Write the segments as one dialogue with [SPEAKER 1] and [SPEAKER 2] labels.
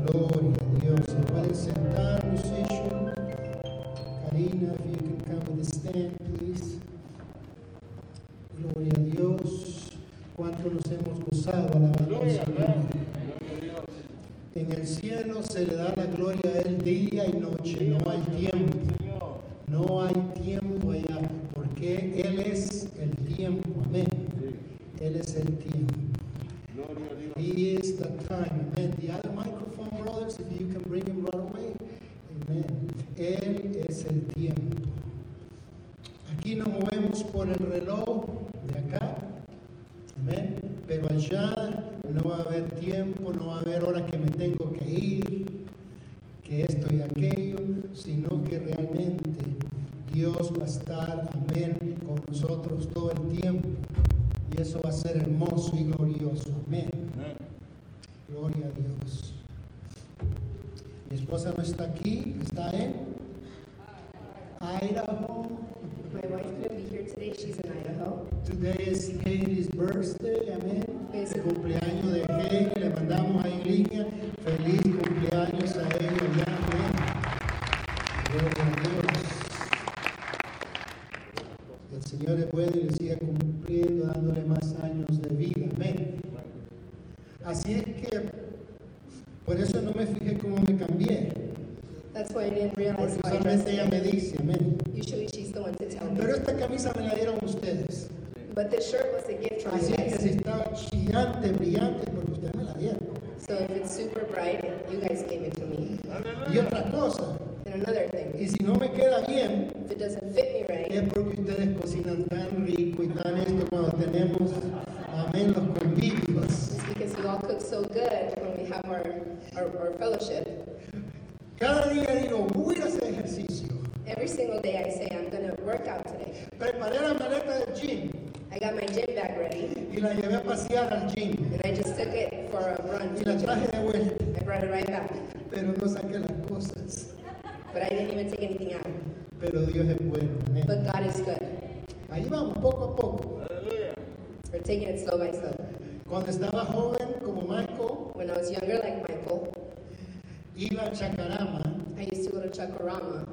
[SPEAKER 1] Gloria a Dios. Se pueden sentar, muchachos. Karina, if you can come to the stand, please. Gloria a Dios. Cuánto nos hemos gozado alabando al Señor. En el cielo se le da la gloria a Él día y noche. No hay tiempo. No hay tiempo allá. Porque Él es el tiempo. Amén. Él es el tiempo. He is the time. Amen. The other microphone, brothers, if you can bring him right away. Amen. Él es el tiempo. Aquí nos movemos por el reloj de acá. Amén. Pero allá no va a haber tiempo, no va a haber hora que me tengo que ir, que esto y aquello, sino que realmente Dios va a estar, amén, con nosotros todo el tiempo. Y eso va a ser hermoso y glorioso. Amén. Gloria a Dios. Mi esposa no está aquí, está en Idaho.
[SPEAKER 2] My wife couldn't be here today. She's in Idaho.
[SPEAKER 1] Today is Katie's birthday, amén.
[SPEAKER 2] Es-
[SPEAKER 1] El cumpleaños de Katie, le mandamos ahí línea. Feliz cumpleaños a ella, ya, amén. Gloria a Dios. El Señor es bueno y le siga cumpliendo, dándole más años de vida, amén. Así es que, por eso no me fijé cómo me cambié,
[SPEAKER 2] That's why I didn't realize
[SPEAKER 1] porque
[SPEAKER 2] how I
[SPEAKER 1] solamente ella me
[SPEAKER 2] dressed.
[SPEAKER 1] dice, amén.
[SPEAKER 2] Usually she's the one to tell me.
[SPEAKER 1] Pero esta camisa me la dieron ustedes.
[SPEAKER 2] But this shirt was a gift from
[SPEAKER 1] Así
[SPEAKER 2] you
[SPEAKER 1] es que si
[SPEAKER 2] guys.
[SPEAKER 1] está gigante, brillante, porque ustedes me la dieron.
[SPEAKER 2] So if it's super bright, you guys gave it to me.
[SPEAKER 1] Y otra cosa,
[SPEAKER 2] And another thing,
[SPEAKER 1] y si no me queda bien,
[SPEAKER 2] if it doesn't fit me right,
[SPEAKER 1] es porque ustedes cocinan tan rico y tan esto cuando tenemos, amén, los convivios.
[SPEAKER 2] it's because you all cook so good when we have our, our, our fellowship.
[SPEAKER 1] Cada día digo, voy a hacer ejercicio.
[SPEAKER 2] Every single day I say, I'm going to work out today.
[SPEAKER 1] Preparé la maleta del gym
[SPEAKER 2] I got my gym bag ready,
[SPEAKER 1] y la llevé a pasear al gym
[SPEAKER 2] and I just took it for a run
[SPEAKER 1] y
[SPEAKER 2] to
[SPEAKER 1] la
[SPEAKER 2] the gym.
[SPEAKER 1] traje de vuelta,
[SPEAKER 2] I brought it right back,
[SPEAKER 1] pero no saqué las cosas.
[SPEAKER 2] but I didn't even take anything out.
[SPEAKER 1] Pero Dios es bueno, amén.
[SPEAKER 2] But God is good.
[SPEAKER 1] Ahí vamos, poco a poco.
[SPEAKER 2] We're taking it slow by slow.
[SPEAKER 1] Cuando estaba joven, como Michael,
[SPEAKER 2] When I was younger, like Michael,
[SPEAKER 1] iba a Chacarama
[SPEAKER 2] I used to go to Chakorama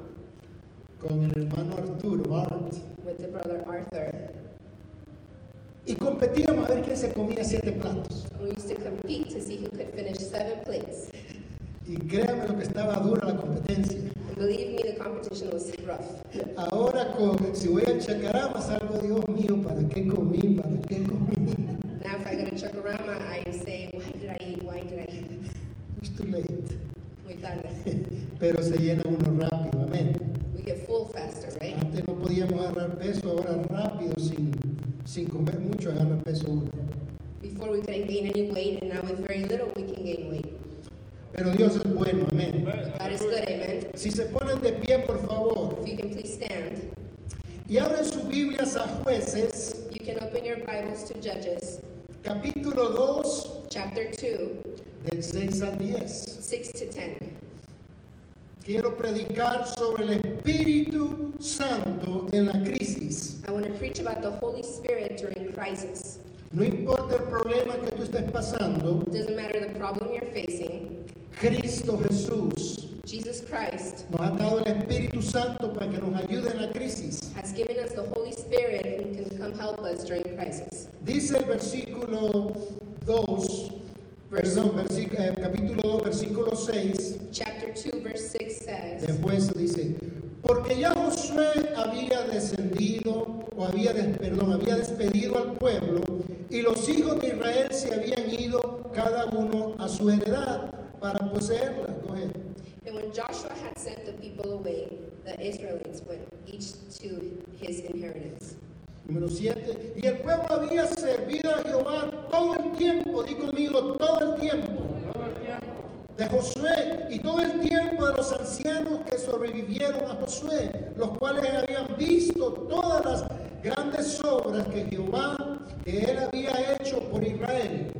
[SPEAKER 1] con el hermano Arturo, Art,
[SPEAKER 2] with the brother Arthur.
[SPEAKER 1] y competíamos a ver quién se comía siete platos.
[SPEAKER 2] We used to compete to see who could finish seven plates.
[SPEAKER 1] Y créanme lo que estaba dura la competencia.
[SPEAKER 2] And believe me, the competition was rough.
[SPEAKER 1] Ahora, con, si voy a Chacarama, salgo, Dios mío, ¿para qué comí? ¿Para qué comí?
[SPEAKER 2] Now, if I go to Chakorama, I say, Why did I eat? Why did I eat?
[SPEAKER 1] It's too late.
[SPEAKER 2] We done it.
[SPEAKER 1] Pero se llena uno rápido, amén.
[SPEAKER 2] We get full faster, right?
[SPEAKER 1] Antes no podíamos agarrar peso, ahora rápido, sin, sin comer mucho, agarra peso uno.
[SPEAKER 2] Before we couldn't gain any weight, and now with very little, we can gain weight.
[SPEAKER 1] Pero Dios es bueno, amén.
[SPEAKER 2] God is good, amen.
[SPEAKER 1] Si se ponen de pie, por favor,
[SPEAKER 2] If you can please stand,
[SPEAKER 1] y abren sus Biblias a jueces.
[SPEAKER 2] you can open your Bibles to Judges
[SPEAKER 1] capítulo 2,
[SPEAKER 2] chapter 2,
[SPEAKER 1] del 6 al 10.
[SPEAKER 2] 6 to 10.
[SPEAKER 1] Quiero predicar sobre el Espíritu Santo en la crisis.
[SPEAKER 2] I want to preach about the Holy Spirit during crisis.
[SPEAKER 1] No importa el problema que tú estés pasando,
[SPEAKER 2] It doesn't matter the problem you're facing,
[SPEAKER 1] Cristo Jesús
[SPEAKER 2] Jesus Christ
[SPEAKER 1] nos ha dado el Espíritu Santo para que nos ayude en la crisis.
[SPEAKER 2] has given us the Holy Spirit who can come help us during crisis.
[SPEAKER 1] Dice el versículo 2, perdón, versículo, eh, capítulo 2, versículo 6.
[SPEAKER 2] Chapter 2, verse 6 says,
[SPEAKER 1] Después dice, porque ya Josué había descendido, o había, des- perdón, había despedido al pueblo, y los hijos de Israel se habían ido cada uno a su heredad para poseerla. Coge.
[SPEAKER 2] And when Joshua had sent the people away, the Israelites went each to his inheritance.
[SPEAKER 1] Número 7. Y el pueblo había servido a Jehová todo el tiempo, di conmigo, todo el tiempo. De Josué y todo el tiempo de los ancianos que sobrevivieron a Josué, los cuales habían visto todas las grandes obras que Jehová, que él había hecho por Israel.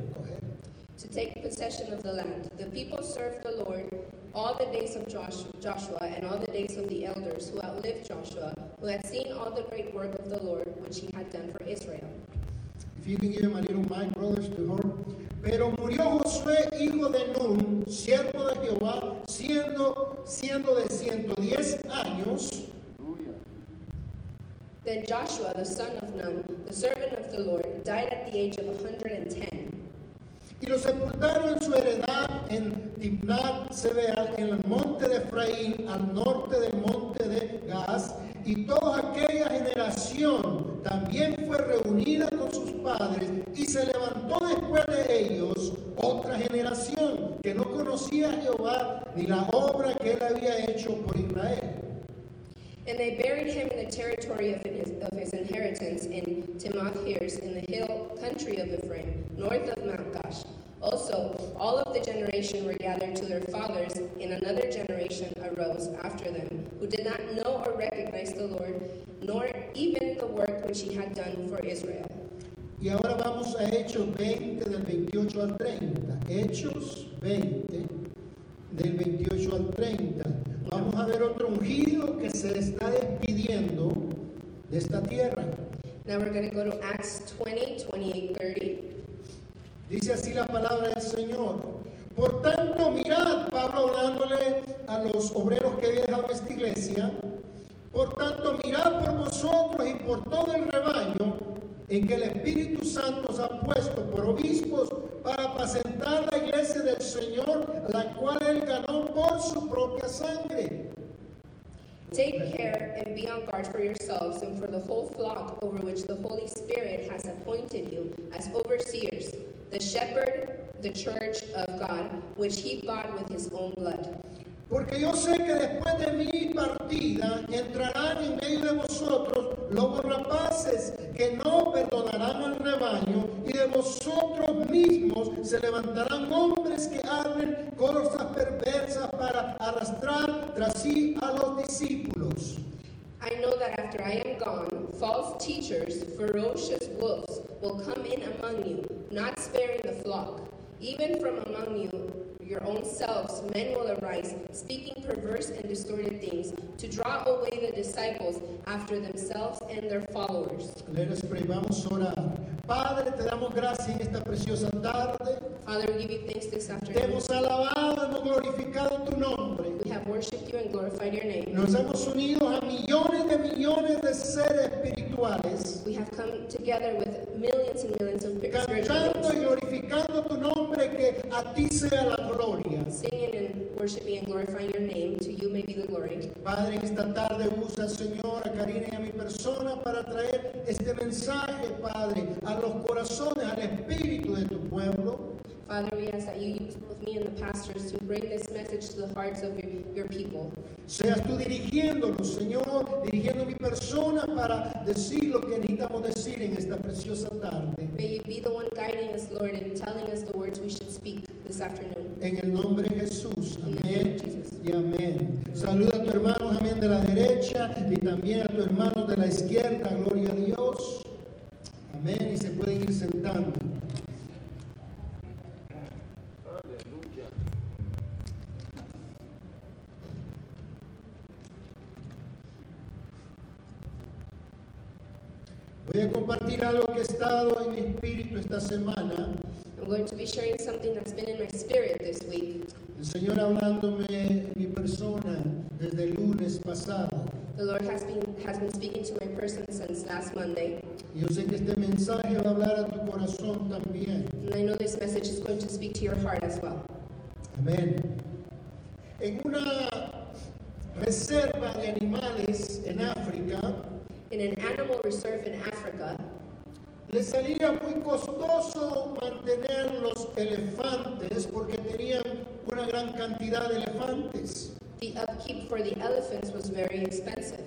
[SPEAKER 2] To take possession of the land. The people served the Lord all the days of Josh- Joshua and all the days of the elders who outlived Joshua, who had seen all the great work of the Lord which he had done for Israel.
[SPEAKER 1] If you can give him a little mic, brothers, to her. Pero murió Josué, hijo de Nun, siervo de Jehová, siendo, siendo de 110 años,
[SPEAKER 2] Then Joshua, the son of Nun, the servant of the Lord, died at the age of 110.
[SPEAKER 1] y lo sepultaron en su heredad en Timnat Sebea, en el monte de Efraín, al norte del monte de Gaz, y toda aquella generación también fue reunida con sus padres, y se levantó después de ellos otra generación que no conocía a Jehová ni la obra que él había hecho por Israel.
[SPEAKER 2] And they buried him in the territory of his, of his inheritance in Timoth Heres, in the hill country of Ephraim, north of Mount Gosh. Also, all of the generation were gathered to their fathers, and another generation arose after them, who did not know or recognize the Lord, nor even the work which he had done for Israel.
[SPEAKER 1] Y ahora vamos a Hechos 20 del 28 al 30. Hechos 20 del 28 al 30. Vamos a ver otro ungido que se está despidiendo de esta tierra.
[SPEAKER 2] Now we're going to go to Acts 20, 28, 30.
[SPEAKER 1] Dice así la palabra del Señor. Por tanto, mirad, Pablo hablándole a los obreros que había dejado esta iglesia. Por tanto, mirad por vosotros y por todo el rebaño en que el Espíritu Santo os ha puesto por obispos para apacentar la iglesia del Señor, la cual él ganó por su propia sangre.
[SPEAKER 2] Take care and be on guard for yourselves and for the whole flock over which the Holy Spirit has appointed you as overseers, the shepherd, the church of God, which he bought with his own blood.
[SPEAKER 1] Porque yo sé que después de mi partida entrarán en medio de vosotros lobos rapaces que no perdonarán al rebaño y de vosotros mismos se levantarán hombres que hablen cosas perversas para arrastrar tras sí a los discípulos.
[SPEAKER 2] I know that after I am gone, false teachers, ferocious wolves, will come in among you, not sparing the flock. Even from among you, your own selves, men will arise, speaking perverse and distorted things, to draw away the disciples after themselves and their followers.
[SPEAKER 1] Let us pray. vamos a orar. Padre, te damos gracias en esta preciosa tarde.
[SPEAKER 2] Father, we give you thanks this
[SPEAKER 1] Te
[SPEAKER 2] afternoon.
[SPEAKER 1] hemos alabado, hemos glorificado tu nombre.
[SPEAKER 2] We have worshipped you and glorified your name.
[SPEAKER 1] Nos hemos unido a millones de millones de seres espirituales,
[SPEAKER 2] We have come together with millions and millions of spiritual
[SPEAKER 1] cantando y
[SPEAKER 2] beings,
[SPEAKER 1] glorificando tu nombre, que a ti sea la gloria.
[SPEAKER 2] singing and worshiping and glorifying your name. To you may be the glory.
[SPEAKER 1] Padre, en esta tarde usa, Señor, a Karina y a mi persona para traer este mensaje, Padre, a los corazones, al espíritu de tu pueblo.
[SPEAKER 2] Father, we ask that you use both me and the pastors to bring this message to the hearts of your, your people.
[SPEAKER 1] Seas tú dirigiéndonos, Señor, dirigiendo a mi persona para decir lo que necesitamos decir en esta preciosa tarde.
[SPEAKER 2] May you be the one guiding us, Lord, and telling us the words we should speak this afternoon.
[SPEAKER 1] En el nombre de Jesús.
[SPEAKER 2] In the name
[SPEAKER 1] Amén.
[SPEAKER 2] of Jesus.
[SPEAKER 1] y amén. Saluda a tu hermano amén de la derecha y también a tu hermano de la izquierda, gloria a Dios. Amén. Y se pueden ir sentando. Voy a compartir algo que he estado en mi espíritu esta semana.
[SPEAKER 2] I'm going to be sharing something that's been in my spirit this week.
[SPEAKER 1] El Señor hablándome en mi persona desde el lunes pasado.
[SPEAKER 2] The Lord has been, has been speaking to my person since last Monday.
[SPEAKER 1] Y Yo sé que este mensaje va a hablar a tu corazón también.
[SPEAKER 2] And I know this message is going to speak to your heart as well.
[SPEAKER 1] Amén. En una reserva de animales en África,
[SPEAKER 2] In an animal reserve in Africa,
[SPEAKER 1] le salía muy costoso mantener los elefantes porque tenían una gran cantidad de elefantes.
[SPEAKER 2] the upkeep for the elephants was very expensive.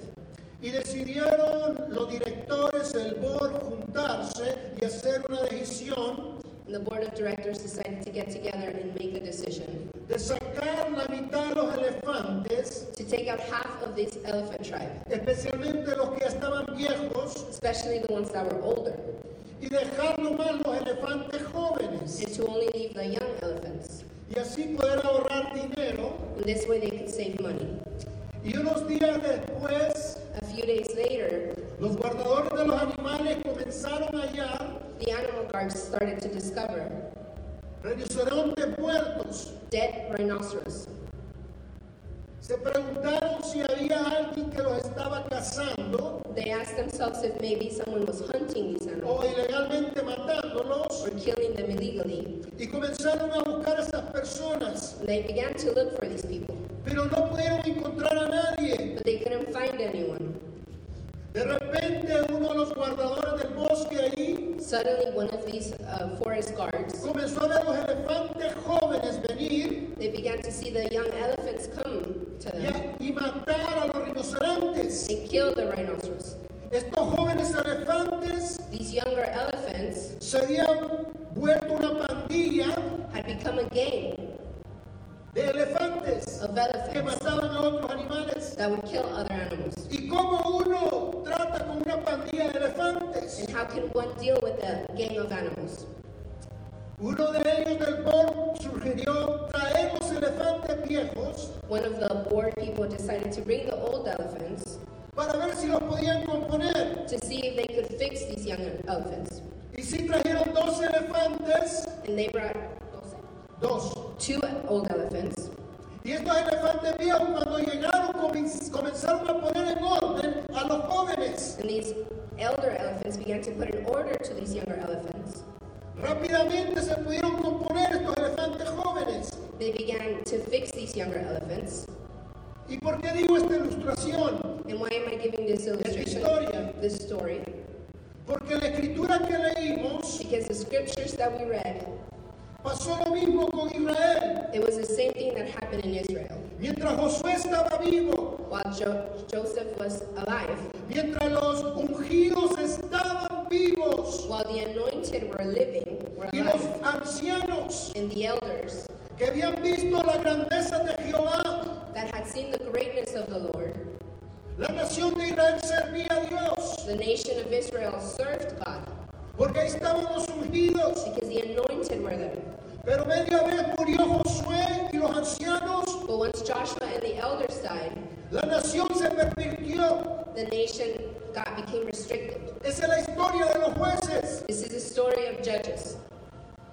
[SPEAKER 1] Y decidieron los directores del board juntarse y hacer una decisión
[SPEAKER 2] And the board of directors decided to get together and make a decision
[SPEAKER 1] de sacar la mitad de los elefantes,
[SPEAKER 2] to take out half of this elephant tribe,
[SPEAKER 1] especialmente los que ya estaban viejos,
[SPEAKER 2] especially the ones that were older,
[SPEAKER 1] y dejar nomás los elefantes jóvenes
[SPEAKER 2] and to only leave the young elephants.
[SPEAKER 1] y así poder ahorrar dinero
[SPEAKER 2] And this way they could save money.
[SPEAKER 1] y unos días después
[SPEAKER 2] A few days later,
[SPEAKER 1] los guardadores de los animales comenzaron a hallar
[SPEAKER 2] the animal guards started to discover
[SPEAKER 1] rinocerontes muertos
[SPEAKER 2] dead rhinoceros.
[SPEAKER 1] se preguntaron si había alguien que los estaba cazando
[SPEAKER 2] They asked themselves if maybe someone was hunting these
[SPEAKER 1] o
[SPEAKER 2] animals
[SPEAKER 1] ilegalmente matándolos
[SPEAKER 2] or killing them illegally.
[SPEAKER 1] y comenzaron a buscar a esas personas
[SPEAKER 2] They began to look for these people,
[SPEAKER 1] pero no pudieron encontrar a nadie
[SPEAKER 2] but they couldn't find anyone.
[SPEAKER 1] De repente uno de los guardadores del bosque ahí
[SPEAKER 2] Suddenly, one of these uh, forest guards,
[SPEAKER 1] comenzó a ver los elefantes jóvenes venir
[SPEAKER 2] they began to see the young elephants come to
[SPEAKER 1] y,
[SPEAKER 2] them
[SPEAKER 1] a- y matar a los rinocerontes.
[SPEAKER 2] and kill the rhinoceros.
[SPEAKER 1] Estos jóvenes elefantes
[SPEAKER 2] These younger elephants
[SPEAKER 1] se habían vuelto una pandilla
[SPEAKER 2] had become a gang
[SPEAKER 1] de elefantes
[SPEAKER 2] of
[SPEAKER 1] que
[SPEAKER 2] elephants
[SPEAKER 1] mataban a otros animales.
[SPEAKER 2] that would kill other animals.
[SPEAKER 1] ¿Y cómo uno trata con una pandilla de elefantes?
[SPEAKER 2] And how can one deal with a gang of animals?
[SPEAKER 1] Uno de ellos del board sugirió traer los elefantes viejos
[SPEAKER 2] One of the bored people decided to bring the old elephants
[SPEAKER 1] para ver si los podían componer.
[SPEAKER 2] to see if they could fix these young elephants.
[SPEAKER 1] Y sí trajeron dos elefantes,
[SPEAKER 2] And they brought
[SPEAKER 1] dos.
[SPEAKER 2] two old elephants.
[SPEAKER 1] Y estos elefantes viejos cuando llegaron comen- comenzaron a poner en orden a los jóvenes.
[SPEAKER 2] And these elder elephants began to put an order to these younger elephants.
[SPEAKER 1] Rápidamente se pudieron componer estos elefantes jóvenes.
[SPEAKER 2] They began to fix these younger elephants.
[SPEAKER 1] ¿Y por qué digo esta ilustración?
[SPEAKER 2] And why am I giving this illustration?
[SPEAKER 1] historia.
[SPEAKER 2] This story.
[SPEAKER 1] Porque la escritura que leímos
[SPEAKER 2] Because the scriptures that we read,
[SPEAKER 1] pasó lo mismo con Israel.
[SPEAKER 2] it was the same thing that happened in Israel.
[SPEAKER 1] Mientras Josué estaba vivo,
[SPEAKER 2] While jo- Joseph was alive,
[SPEAKER 1] mientras los ungidos estaban vivos
[SPEAKER 2] while the anointed were living, were
[SPEAKER 1] y los
[SPEAKER 2] alive,
[SPEAKER 1] ancianos
[SPEAKER 2] and the elders
[SPEAKER 1] que habían visto la grandeza de Jehová
[SPEAKER 2] that had seen the greatness of the Lord,
[SPEAKER 1] La nación de Israel servía a Dios,
[SPEAKER 2] the nation of Israel served God
[SPEAKER 1] porque ahí estaban los ungidos.
[SPEAKER 2] because the anointed were there.
[SPEAKER 1] Pero media vez murió Josué y los ancianos,
[SPEAKER 2] But once Joshua and the elders died,
[SPEAKER 1] la nación se pervirtió.
[SPEAKER 2] the nation God became restricted.
[SPEAKER 1] Esa es la historia de los jueces,
[SPEAKER 2] This is the story of Judges,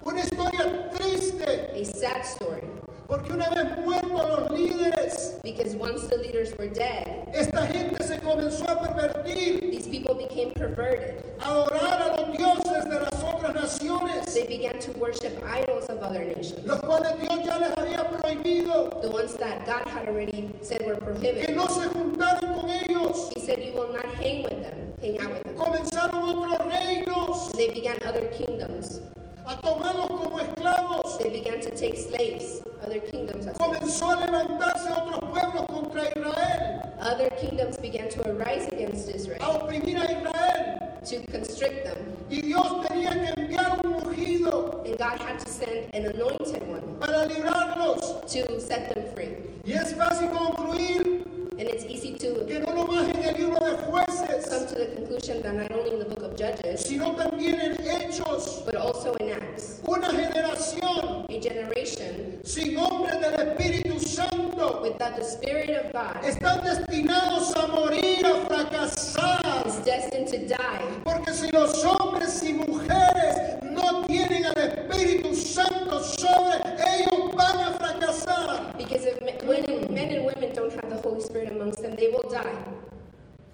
[SPEAKER 1] una historia triste,
[SPEAKER 2] a sad story,
[SPEAKER 1] porque una vez muertos los líderes,
[SPEAKER 2] because once the leaders were dead,
[SPEAKER 1] esta gente se comenzó a pervertir,
[SPEAKER 2] these people became perverted.
[SPEAKER 1] a adorar a los dioses de las otras naciones,
[SPEAKER 2] They began to worship idols of other nations,
[SPEAKER 1] los cuales Dios ya les había prohibido
[SPEAKER 2] the ones that God had already said were
[SPEAKER 1] que
[SPEAKER 2] prohibited.
[SPEAKER 1] no se juntaran con ellos.
[SPEAKER 2] He said, "You will not hang with them, hang out with them."
[SPEAKER 1] Comenzaron otros reinos.
[SPEAKER 2] They began other kingdoms.
[SPEAKER 1] a tomarlos como esclavos.
[SPEAKER 2] They began to take slaves, other kingdoms. as well.
[SPEAKER 1] Comenzó a levantarse otros pueblos contra Israel,
[SPEAKER 2] Other kingdoms began to arise against
[SPEAKER 1] a
[SPEAKER 2] Israel
[SPEAKER 1] oprimir a Israel.
[SPEAKER 2] to constrict them,
[SPEAKER 1] Y Dios tenía que enviar un ungido
[SPEAKER 2] and God had to send an anointed one
[SPEAKER 1] para librarlos.
[SPEAKER 2] to set them free.
[SPEAKER 1] Y es fácil concluir
[SPEAKER 2] And it's easy to
[SPEAKER 1] que no nomás en el libro de
[SPEAKER 2] come
[SPEAKER 1] jueces,
[SPEAKER 2] to the conclusion that not only in the book of Judges,
[SPEAKER 1] sino también en hechos,
[SPEAKER 2] but also in Acts,
[SPEAKER 1] una generación
[SPEAKER 2] a generation
[SPEAKER 1] sin hombre del Espíritu Santo
[SPEAKER 2] without the Spirit of God
[SPEAKER 1] están destinados a morir, a fracasar.
[SPEAKER 2] is destined to die.
[SPEAKER 1] Porque si los hombres y mujeres no tienen al Espíritu Santo sobre ellos, van a fracasar.
[SPEAKER 2] Because if men, women, men and women don't have the Holy Spirit amongst them, they will die.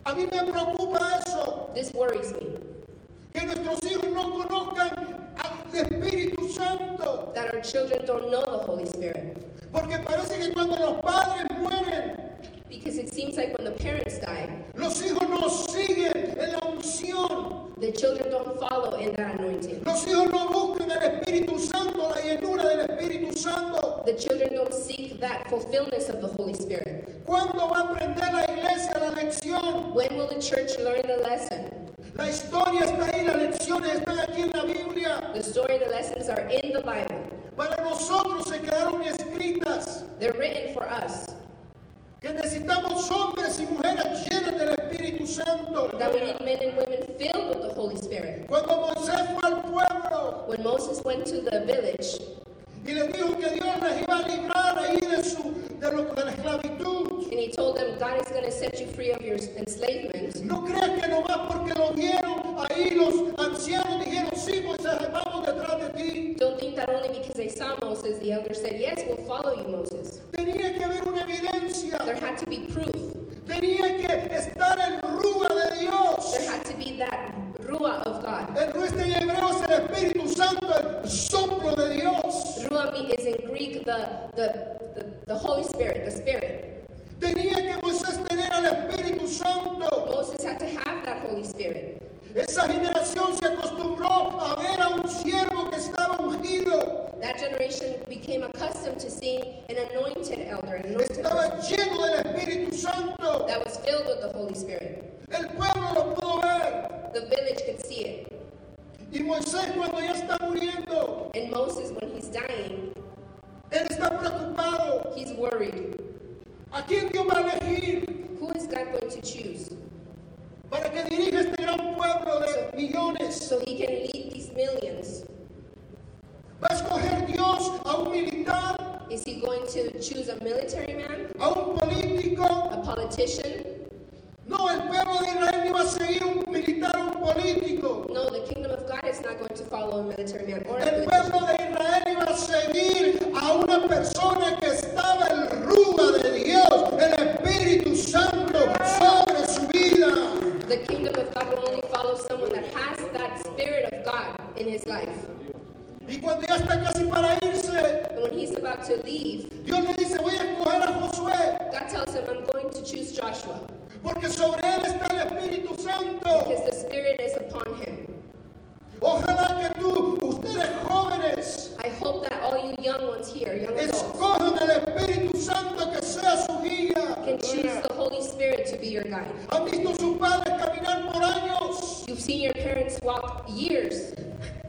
[SPEAKER 1] A mí me preocupa eso,
[SPEAKER 2] This worries me
[SPEAKER 1] que nuestros hijos no conozcan al Espíritu Santo.
[SPEAKER 2] that our children don't know the Holy Spirit.
[SPEAKER 1] Porque parece que cuando los padres mueren,
[SPEAKER 2] Because it seems like when the parents die,
[SPEAKER 1] los hijos no siguen en la unción.
[SPEAKER 2] the children don't follow in that anointing.
[SPEAKER 1] Los hijos no buscan el Espíritu Santo, la llenura del Espíritu Santo.
[SPEAKER 2] The children don't seek that fulfillment of the Holy Spirit.
[SPEAKER 1] ¿Cuándo va a aprender la iglesia la lección?
[SPEAKER 2] When will the church learn the lesson?
[SPEAKER 1] La historia está ahí, las lecciones están aquí en la Biblia.
[SPEAKER 2] The story, the lessons are in the Bible.
[SPEAKER 1] Para nosotros se quedaron escritas
[SPEAKER 2] They're written for us.
[SPEAKER 1] que necesitamos hombres y mujeres llenos del Espíritu Espíritu Santo.
[SPEAKER 2] that we need men and women filled with the Holy Spirit.
[SPEAKER 1] Cuando Moisés fue al pueblo
[SPEAKER 2] When Moses went to the village
[SPEAKER 1] y les dijo que Dios les iba a librar ahí de, su, de, lo, de la esclavitud,
[SPEAKER 2] and he told them, God is going to set you free of your enslavement,
[SPEAKER 1] no creas que nomás porque lo vieron ahí los ancianos dijeron, sí, Moisés, vamos detrás de ti.
[SPEAKER 2] don't think that only because they saw Moses, the elders said, Yes, we'll follow you, Moses.
[SPEAKER 1] Tenía que haber una evidencia,
[SPEAKER 2] There had to be proof.
[SPEAKER 1] tenía que estar el ruga de Dios.
[SPEAKER 2] There had to be that Ruah of God.
[SPEAKER 1] El rueste en hebreo es el Espíritu Santo, el soplo de Dios.
[SPEAKER 2] Ruah me- is in Greek the, the, the, the Holy Spirit, the Spirit.
[SPEAKER 1] Tenía que Moisés tener al Espíritu Santo.
[SPEAKER 2] Moses had to have that Holy Spirit.
[SPEAKER 1] Esa generación se acostumbró a ver a un siervo que estaba ungido,
[SPEAKER 2] That generation became accustomed to seeing an anointed elder, an anointed person
[SPEAKER 1] estaba lleno del Espíritu Santo.
[SPEAKER 2] that was filled with the Holy Spirit.
[SPEAKER 1] El pueblo lo pudo ver.
[SPEAKER 2] The village could see it.
[SPEAKER 1] Y Moisés cuando ya está muriendo,
[SPEAKER 2] And Moses, when he's dying,
[SPEAKER 1] él está preocupado.
[SPEAKER 2] he's worried.
[SPEAKER 1] ¿A quién Dios va a elegir
[SPEAKER 2] Who is God going to choose
[SPEAKER 1] para que dirija este gran pueblo de millones?
[SPEAKER 2] so he can lead these millions?
[SPEAKER 1] ¿Va a escoger Dios a un militar,
[SPEAKER 2] Is he going to choose a military man,
[SPEAKER 1] a un político,
[SPEAKER 2] a politician?
[SPEAKER 1] No, el pueblo de Israel no iba a seguir un militar o un político.
[SPEAKER 2] No, the kingdom of God is not going to follow a military man or a
[SPEAKER 1] El
[SPEAKER 2] politician.
[SPEAKER 1] pueblo de Israel iba a seguir a una persona que estaba el ruba de Dios, el Espíritu Santo sobre su vida.
[SPEAKER 2] The kingdom of God will only follow someone that has that spirit of God in his life.
[SPEAKER 1] Y cuando ya está casi para irse,
[SPEAKER 2] And when he's about to leave,
[SPEAKER 1] Dios le dice, voy a escoger a Josué,
[SPEAKER 2] God tells him, I'm going to choose Joshua
[SPEAKER 1] porque sobre él está el Espíritu Santo.
[SPEAKER 2] because the Spirit is upon him.
[SPEAKER 1] Ojalá que tú, ustedes jóvenes,
[SPEAKER 2] I hope that all you young ones here, young adults,
[SPEAKER 1] escojan el Espíritu Santo que sea su guía.
[SPEAKER 2] can choose the Holy Spirit to be your guide.
[SPEAKER 1] Han visto a sus padres caminar por años
[SPEAKER 2] You've seen your parents walk years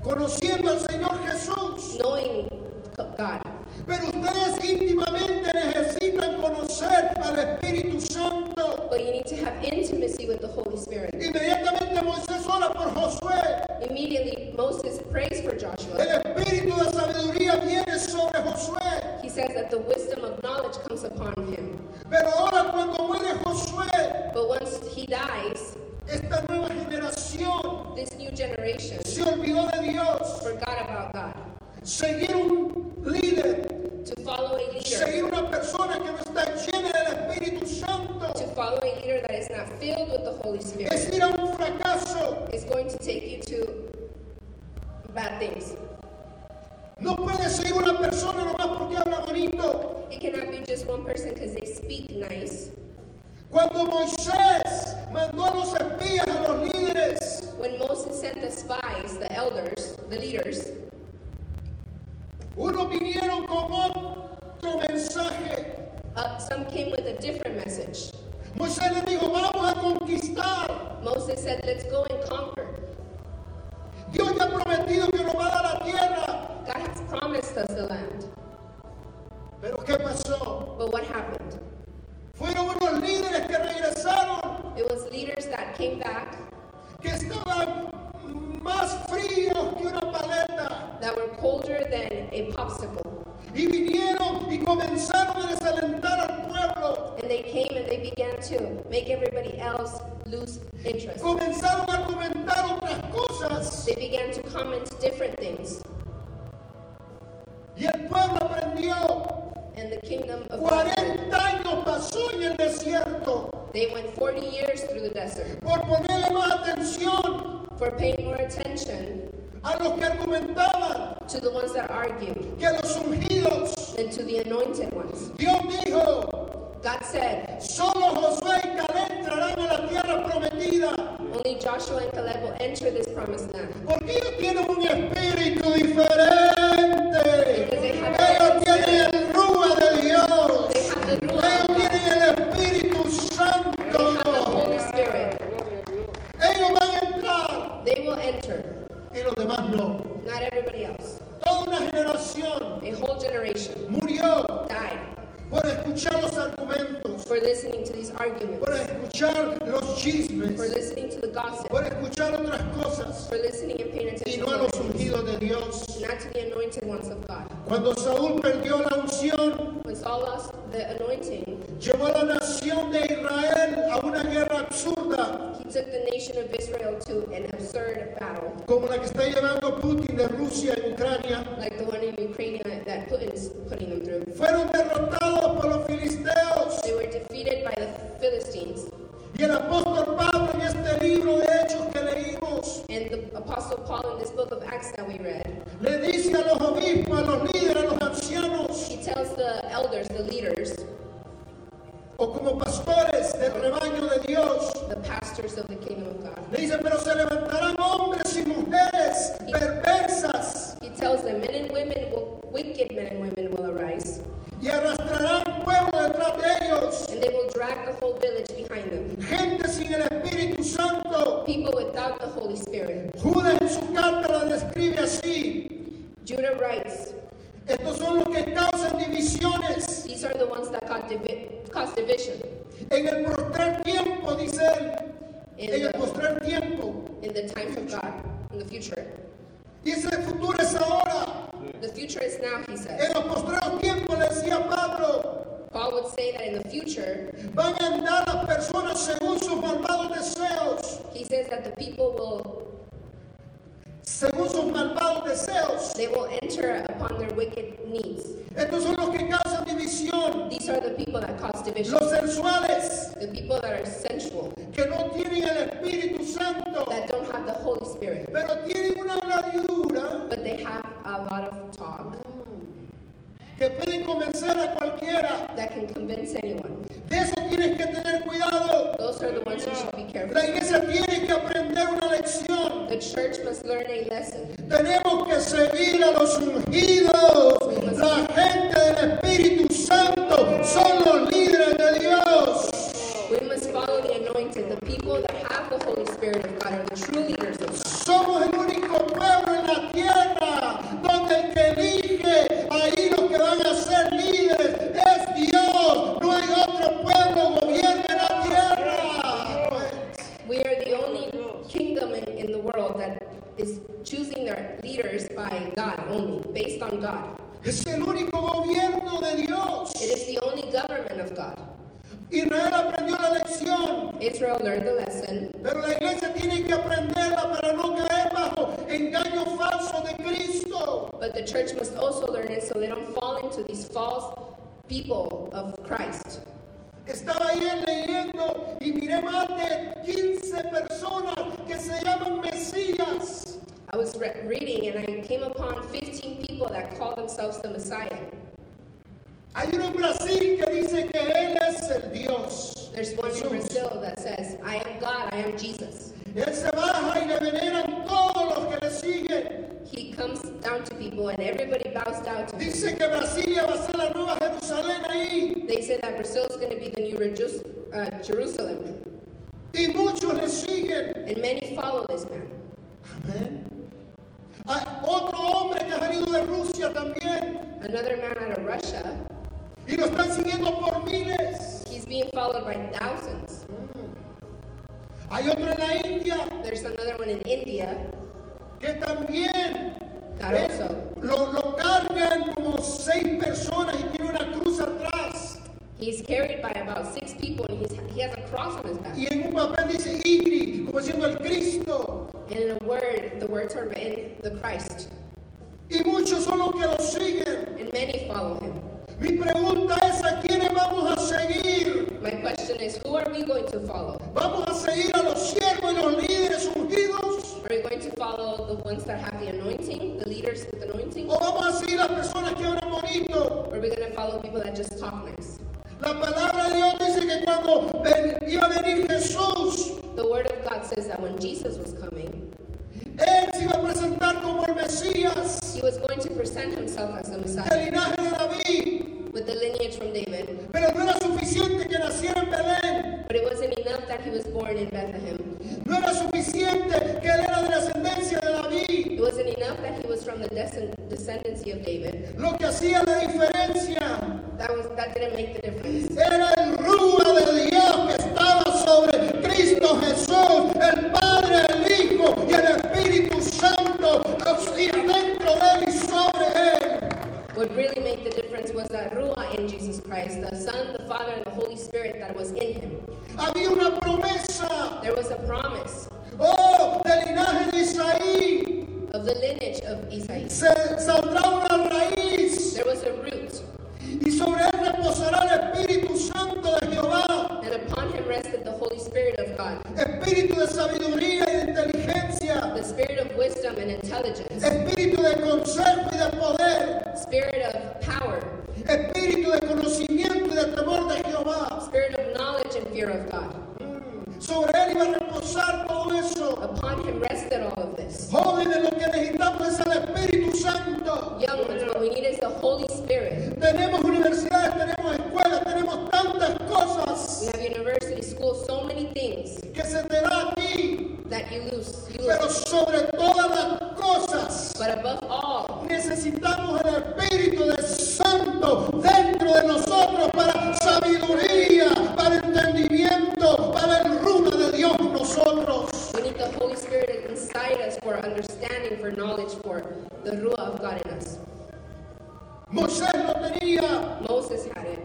[SPEAKER 1] conociendo al Señor Jesús,
[SPEAKER 2] knowing God,
[SPEAKER 1] pero ustedes íntimamente necesitan conocer al Espíritu Santo.
[SPEAKER 2] but you need to have intimacy with the Holy Spirit.
[SPEAKER 1] Inmediatamente Moisés ora por Josué.
[SPEAKER 2] Immediately, Moses prays for
[SPEAKER 1] El
[SPEAKER 2] Joshua.
[SPEAKER 1] espíritu de sabiduría viene sobre Josué.
[SPEAKER 2] He says that the wisdom of knowledge comes upon him.
[SPEAKER 1] Pero ahora cuando muere Josué,
[SPEAKER 2] But once he dies,
[SPEAKER 1] esta nueva generación
[SPEAKER 2] this new generation
[SPEAKER 1] se olvidó de Dios.
[SPEAKER 2] forgot about God.
[SPEAKER 1] Seguir un líder,
[SPEAKER 2] To follow a leader,
[SPEAKER 1] seguir una persona que no está llena del Espíritu Santo,
[SPEAKER 2] to follow a leader that is not filled with the Holy Spirit,
[SPEAKER 1] es ir a un fracaso.
[SPEAKER 2] is going to take you to bad things.
[SPEAKER 1] No puede ser una persona nomás porque habla bonito.
[SPEAKER 2] It cannot be just one person because they speak nice.
[SPEAKER 1] Cuando Moisés mandó a los espías, a los líderes,
[SPEAKER 2] When Moses sent the spies, the elders, the leaders,
[SPEAKER 1] unos vinieron con otro mensaje.
[SPEAKER 2] uh, some came with a different message.
[SPEAKER 1] Moisés le dijo, vamos a conquistar.
[SPEAKER 2] Moses said, Let's go and conquer.
[SPEAKER 1] Dios te ha prometido que nos va a dar la tierra.
[SPEAKER 2] God has promised us the land.
[SPEAKER 1] Pero ¿qué pasó?
[SPEAKER 2] But what happened?
[SPEAKER 1] Fueron unos líderes que regresaron,
[SPEAKER 2] It was leaders that came back
[SPEAKER 1] que estaban más fríos que una paleta.
[SPEAKER 2] that were colder than a popsicle.
[SPEAKER 1] Y vinieron y comenzaron a desalentar al pueblo.
[SPEAKER 2] And they came and they began to make everybody else lose interest.
[SPEAKER 1] comenzaron a comentar otras cosas
[SPEAKER 2] They began to comment different things.
[SPEAKER 1] y el pueblo aprendió.
[SPEAKER 2] And the kingdom of God,
[SPEAKER 1] 40 años pasó en el desierto
[SPEAKER 2] they went 40 years through the desert
[SPEAKER 1] por ponerle más atención
[SPEAKER 2] for paying more attention
[SPEAKER 1] a los que argumentaban
[SPEAKER 2] to the ones that argued
[SPEAKER 1] que los ungidos.
[SPEAKER 2] than to the anointed ones.
[SPEAKER 1] Dios dijo,
[SPEAKER 2] God said,
[SPEAKER 1] solo Josué y Caleb entrarán a la tierra prometida
[SPEAKER 2] only Joshua and Caleb will enter this promised land.
[SPEAKER 1] porque ellos tienen un espíritu diferente. Ellos tienen el rúa de Dios.
[SPEAKER 2] They have the
[SPEAKER 1] Ellos
[SPEAKER 2] rule of God.
[SPEAKER 1] tienen el Espíritu
[SPEAKER 2] They have the
[SPEAKER 1] Santo.
[SPEAKER 2] Holy Spirit.
[SPEAKER 1] Ellos van a entrar
[SPEAKER 2] They will enter,
[SPEAKER 1] y los demás no.
[SPEAKER 2] not everybody else.
[SPEAKER 1] Toda una generación
[SPEAKER 2] A whole generation
[SPEAKER 1] murió
[SPEAKER 2] died
[SPEAKER 1] por escuchar los argumentos,
[SPEAKER 2] for this listening to these arguments,
[SPEAKER 1] por escuchar los
[SPEAKER 2] for
[SPEAKER 1] chismes,
[SPEAKER 2] listening to the gossip,
[SPEAKER 1] por escuchar otras cosas
[SPEAKER 2] for listening and paying
[SPEAKER 1] y no
[SPEAKER 2] attention
[SPEAKER 1] a
[SPEAKER 2] to
[SPEAKER 1] los
[SPEAKER 2] others,
[SPEAKER 1] ungidos de Dios.
[SPEAKER 2] not to the anointed ones of God.
[SPEAKER 1] Cuando Saúl perdió la unción,
[SPEAKER 2] When Saul lost the anointing,
[SPEAKER 1] llevó a la nación de Israel a una guerra absurda
[SPEAKER 2] he took the nation of Israel to an absurd battle,
[SPEAKER 1] como la que está llevando Putin de Rusia en Ucrania.
[SPEAKER 2] like the one in Ukraine that Putin's putting them through.
[SPEAKER 1] Fueron derrotados por los filisteos.
[SPEAKER 2] They were defeated by the Philistines.
[SPEAKER 1] Y el apóstol Pablo en este libro de Hechos que leímos
[SPEAKER 2] And the Apostle Paul in this book of Acts that we read,
[SPEAKER 1] le dice a los obispos, a los líderes, a los ancianos
[SPEAKER 2] he tells the elders, the leaders,
[SPEAKER 1] o como pastores del rebaño de Dios,
[SPEAKER 2] the pastors of the kingdom of God,
[SPEAKER 1] le dice, pero se levantarán hombres y mujeres perversas
[SPEAKER 2] he tells them, men and women, will, wicked men and women will arise,
[SPEAKER 1] y arrastrarán pueblo detrás de ellos,
[SPEAKER 2] and they will drag the whole village behind them.
[SPEAKER 1] gente sin el Espíritu Santo.
[SPEAKER 2] People without the Holy Spirit.
[SPEAKER 1] Judas en su carta la describe así.
[SPEAKER 2] Judah writes,
[SPEAKER 1] Estos son los que causan divisiones
[SPEAKER 2] These are the ones that cause, divi- cause division
[SPEAKER 1] en el postrer tiempo, dice él.
[SPEAKER 2] in
[SPEAKER 1] En el
[SPEAKER 2] the,
[SPEAKER 1] postrer tiempo.
[SPEAKER 2] in the times of God, in the future.
[SPEAKER 1] Dice, el futuro es ahora.
[SPEAKER 2] The future is now, he says.
[SPEAKER 1] En los postreros tiempos, le decía Pablo,
[SPEAKER 2] Paul would say that in the future,
[SPEAKER 1] van a andar las personas según sus malvados deseos.
[SPEAKER 2] he says that the people will,
[SPEAKER 1] Según sus malvados deseos.
[SPEAKER 2] they will enter upon their wicked needs.
[SPEAKER 1] Estos son los que causan división.
[SPEAKER 2] These are the people that cause division.
[SPEAKER 1] Los sensuales,
[SPEAKER 2] The people that are sensual,
[SPEAKER 1] que no tienen el Espíritu Santo,
[SPEAKER 2] that don't have the Holy Spirit,
[SPEAKER 1] pero tienen una habladura
[SPEAKER 2] but they have a lot of talk
[SPEAKER 1] que pueden convencer a cualquiera.
[SPEAKER 2] that can convince anyone.
[SPEAKER 1] De eso tienes que tener cuidado.
[SPEAKER 2] Those are the ones you should be careful.
[SPEAKER 1] La iglesia tiene que aprender una lección.
[SPEAKER 2] The church must learn a lesson.
[SPEAKER 1] Tenemos que seguir a los ungidos. La gente del Espíritu Santo son los líderes de Dios.
[SPEAKER 2] We must follow the anointed. The people that have the Holy Spirit of God are the true leaders of God.
[SPEAKER 1] Somos el único pueblo en la tierra donde el que elige, ahí los que van a ser líderes es Dios. No hay otro pueblo que gobierne la tierra.
[SPEAKER 2] We are the only kingdom in, in the world that is choosing their leaders by God only, based on God.
[SPEAKER 1] Es el único gobierno de Dios.
[SPEAKER 2] It is the only government of God.
[SPEAKER 1] Israel aprendió la lección.
[SPEAKER 2] Israel learned the lesson,
[SPEAKER 1] Pero la iglesia tiene que aprenderla para no caer bajo engaño falso de Cristo.
[SPEAKER 2] but the church must also learn it so they don't fall into these false people of Christ.
[SPEAKER 1] Estaba ayer leyendo y miré más de 15 personas que se llaman Mesías.
[SPEAKER 2] I was re- reading and I came upon 15 people that call themselves the Messiah.
[SPEAKER 1] Hay uno en Brasil que dice que Él es el Dios.
[SPEAKER 2] There's one in
[SPEAKER 1] Jesús.
[SPEAKER 2] Brazil that says, I am God, I am Jesus.
[SPEAKER 1] Él se baja y le veneran todos los que le siguen.
[SPEAKER 2] He comes down to people and everybody bows down to him.
[SPEAKER 1] Dice que Brasilia va a ser la nueva Jerusalén ahí.
[SPEAKER 2] They say that Brazil is going to be the new Reju- uh, Jerusalem.
[SPEAKER 1] Y muchos le siguen.
[SPEAKER 2] And many follow this man.
[SPEAKER 1] Amén. Hay Ah, otro hombre que ha venido de Rusia también.
[SPEAKER 2] Another man out of Russia,
[SPEAKER 1] y lo están siguiendo por miles.
[SPEAKER 2] he's being followed by thousands.
[SPEAKER 1] Hay otro en la India
[SPEAKER 2] There's another one in India
[SPEAKER 1] que también
[SPEAKER 2] that
[SPEAKER 1] eh,
[SPEAKER 2] also,
[SPEAKER 1] lo, lo cargan como seis personas y tiene una cruz atrás.
[SPEAKER 2] he's carried by about six people and he's, he has a cross on his back.
[SPEAKER 1] Y en un papel dice Igri, como siendo el Cristo.
[SPEAKER 2] And in a word, the words are written, the Christ.
[SPEAKER 1] Y muchos son los que lo siguen.
[SPEAKER 2] And many follow him.
[SPEAKER 1] Mi pregunta es a quiénes vamos a seguir.
[SPEAKER 2] My question is, who are we going to follow?
[SPEAKER 1] ¿Vamos a seguir a los siervos y los líderes ungidos?
[SPEAKER 2] Are we going to follow the ones that have the anointing, the leaders with anointing?
[SPEAKER 1] ¿O vamos a seguir a las personas que hablan bonito?
[SPEAKER 2] Or are we going to follow people that just talk nice?
[SPEAKER 1] La palabra de Dios dice que cuando ven- iba a venir Jesús,
[SPEAKER 2] The Word of God says that when Jesus was coming,
[SPEAKER 1] Él se iba a presentar como el Mesías
[SPEAKER 2] he was going to present himself as the
[SPEAKER 1] del
[SPEAKER 2] Messiah
[SPEAKER 1] linaje de David.
[SPEAKER 2] with the lineage from David.
[SPEAKER 1] Pero no era suficiente que naciera en Belén.
[SPEAKER 2] But it wasn't enough that he was born in Bethlehem.
[SPEAKER 1] No era suficiente que él era de la ascendencia de David.
[SPEAKER 2] It wasn't enough that he was from the descend- descendancy of David.
[SPEAKER 1] Lo que hacía la diferencia
[SPEAKER 2] That was that didn't make the difference.
[SPEAKER 1] era el rúa de
[SPEAKER 2] was in him.
[SPEAKER 1] Había una promesa,
[SPEAKER 2] There was a promise
[SPEAKER 1] oh, del linaje de Isaí.
[SPEAKER 2] of the lineage of Isaac.
[SPEAKER 1] Se saldrá una raíz
[SPEAKER 2] There was a root,
[SPEAKER 1] y sobre él reposará el Espíritu Santo de Jehová,
[SPEAKER 2] and upon him rested the Holy Spirit of God,
[SPEAKER 1] espíritu de sabiduría y de inteligencia,
[SPEAKER 2] the spirit of wisdom and intelligence,
[SPEAKER 1] espíritu de consejo y de poder,
[SPEAKER 2] spirit of power,
[SPEAKER 1] espíritu de conocimiento y de temor de Jehová.
[SPEAKER 2] spirit of knowledge and fear of God.
[SPEAKER 1] Sobre él iba a reposar todo eso.
[SPEAKER 2] Upon him rested all of this.
[SPEAKER 1] Jóvenes, lo que necesitamos es el Espíritu Santo.
[SPEAKER 2] Young ones, what we need is the Holy Spirit.
[SPEAKER 1] Tenemos universidades, tenemos escuelas, tenemos tantas
[SPEAKER 2] We
[SPEAKER 1] cosas
[SPEAKER 2] have university, school, so many things
[SPEAKER 1] que se te da a ti.
[SPEAKER 2] that you lose. You
[SPEAKER 1] Pero
[SPEAKER 2] lose.
[SPEAKER 1] sobre todas las cosas,
[SPEAKER 2] But above all,
[SPEAKER 1] necesitamos el Espíritu de Santo dentro de nosotros para sabiduría, para entendimiento, para el rumbo de Dios en nosotros.
[SPEAKER 2] we need the Holy Spirit inside us for understanding, for knowledge, for the Ruah of God in us.
[SPEAKER 1] Moisés lo tenía.
[SPEAKER 2] Moses had it.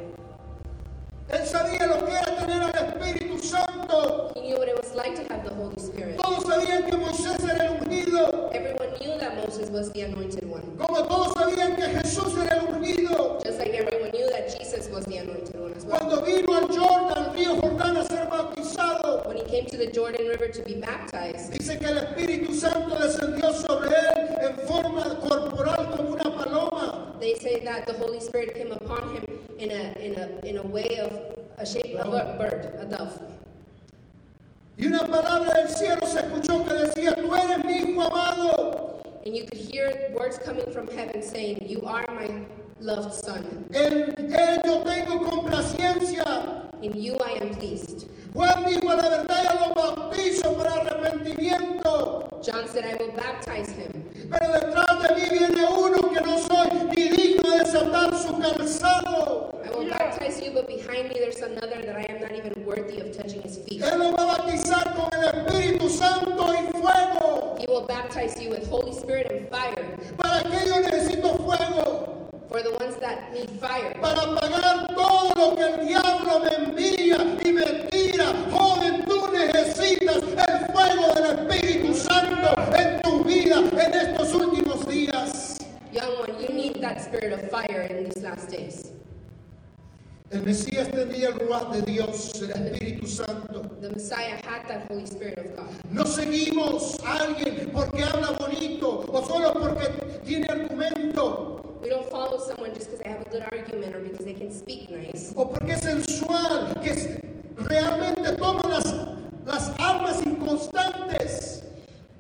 [SPEAKER 1] Él sabía lo que era tener al Espíritu Santo.
[SPEAKER 2] He knew what it was like to have the Holy Spirit.
[SPEAKER 1] Todos sabían que Moisés era el ungido.
[SPEAKER 2] Everyone knew that Moses was the anointed one.
[SPEAKER 1] Como todos sabían que Jesús era el ungido.
[SPEAKER 2] Just like everyone knew that Jesus was the anointed one as well.
[SPEAKER 1] Cuando vino al Jordán, al río Jordán, a ser bautizado,
[SPEAKER 2] When he came to the Jordan River to be baptized,
[SPEAKER 1] dice que el Espíritu Santo descendió sobre él en forma corporal como una paloma.
[SPEAKER 2] they say that the Holy Spirit came upon him in a in a in a way of a shape of a bird, a dove.
[SPEAKER 1] Y una palabra del cielo se escuchó que decía, tú eres mi hijo amado,
[SPEAKER 2] And you could hear words coming from heaven saying, You are my loved son.
[SPEAKER 1] en él yo tengo complacencia.
[SPEAKER 2] In you I am pleased.
[SPEAKER 1] Juan dijo a la verdad y a los bautizos para arrepentimiento.
[SPEAKER 2] John said, I will baptize him.
[SPEAKER 1] Pero detrás de mí viene uno que no soy ni digno de desatar su calzado.
[SPEAKER 2] I will baptize you, but behind me there's another that I am not even worthy of touching his feet.
[SPEAKER 1] Él lo va a bautizar con el Espíritu Santo y fuego.
[SPEAKER 2] He will baptize you with Holy Spirit and fire.
[SPEAKER 1] Para que yo necesito fuego.
[SPEAKER 2] For the ones that need fire,
[SPEAKER 1] Para apagar todo lo que el diablo me envía y me tira. Joven, tú necesitas el fuego del Espíritu Santo en tu vida en estos últimos días.
[SPEAKER 2] young one, you need that spirit of fire in these last days.
[SPEAKER 1] El Mesías tenía el ruaz de Dios, el Espíritu Santo.
[SPEAKER 2] The Messiah had that Holy Spirit of God.
[SPEAKER 1] No seguimos a alguien porque habla bonito o solo porque tiene argumento
[SPEAKER 2] We don't follow someone just because they have a good argument or because they can speak nice
[SPEAKER 1] o porque es sensual, que es- realmente toma las, las armas inconstantes.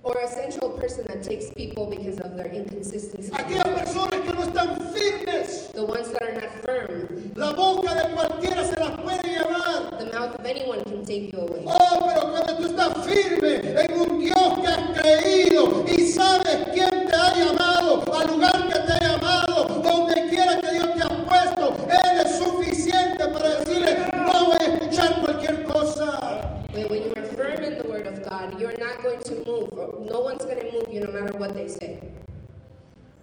[SPEAKER 2] or a sensual person that takes people because of their inconsistency.
[SPEAKER 1] Aquellas personas que no están firmes,
[SPEAKER 2] The ones that are not firm,
[SPEAKER 1] la boca de cualquiera se las puede llevar.
[SPEAKER 2] the mouth of anyone can take you away.
[SPEAKER 1] Oh, pero cuando tú estás firme en un Dios que has creído y sabes quién te ha llamado, al lugar que te ha llamado, donde quiera que Dios te ha puesto, Él es suficiente para decirle, no voy a escuchar cualquier cosa.
[SPEAKER 2] When when you are firm in the Word of God, you're not going to move. Or no one's going to move you no matter what they say.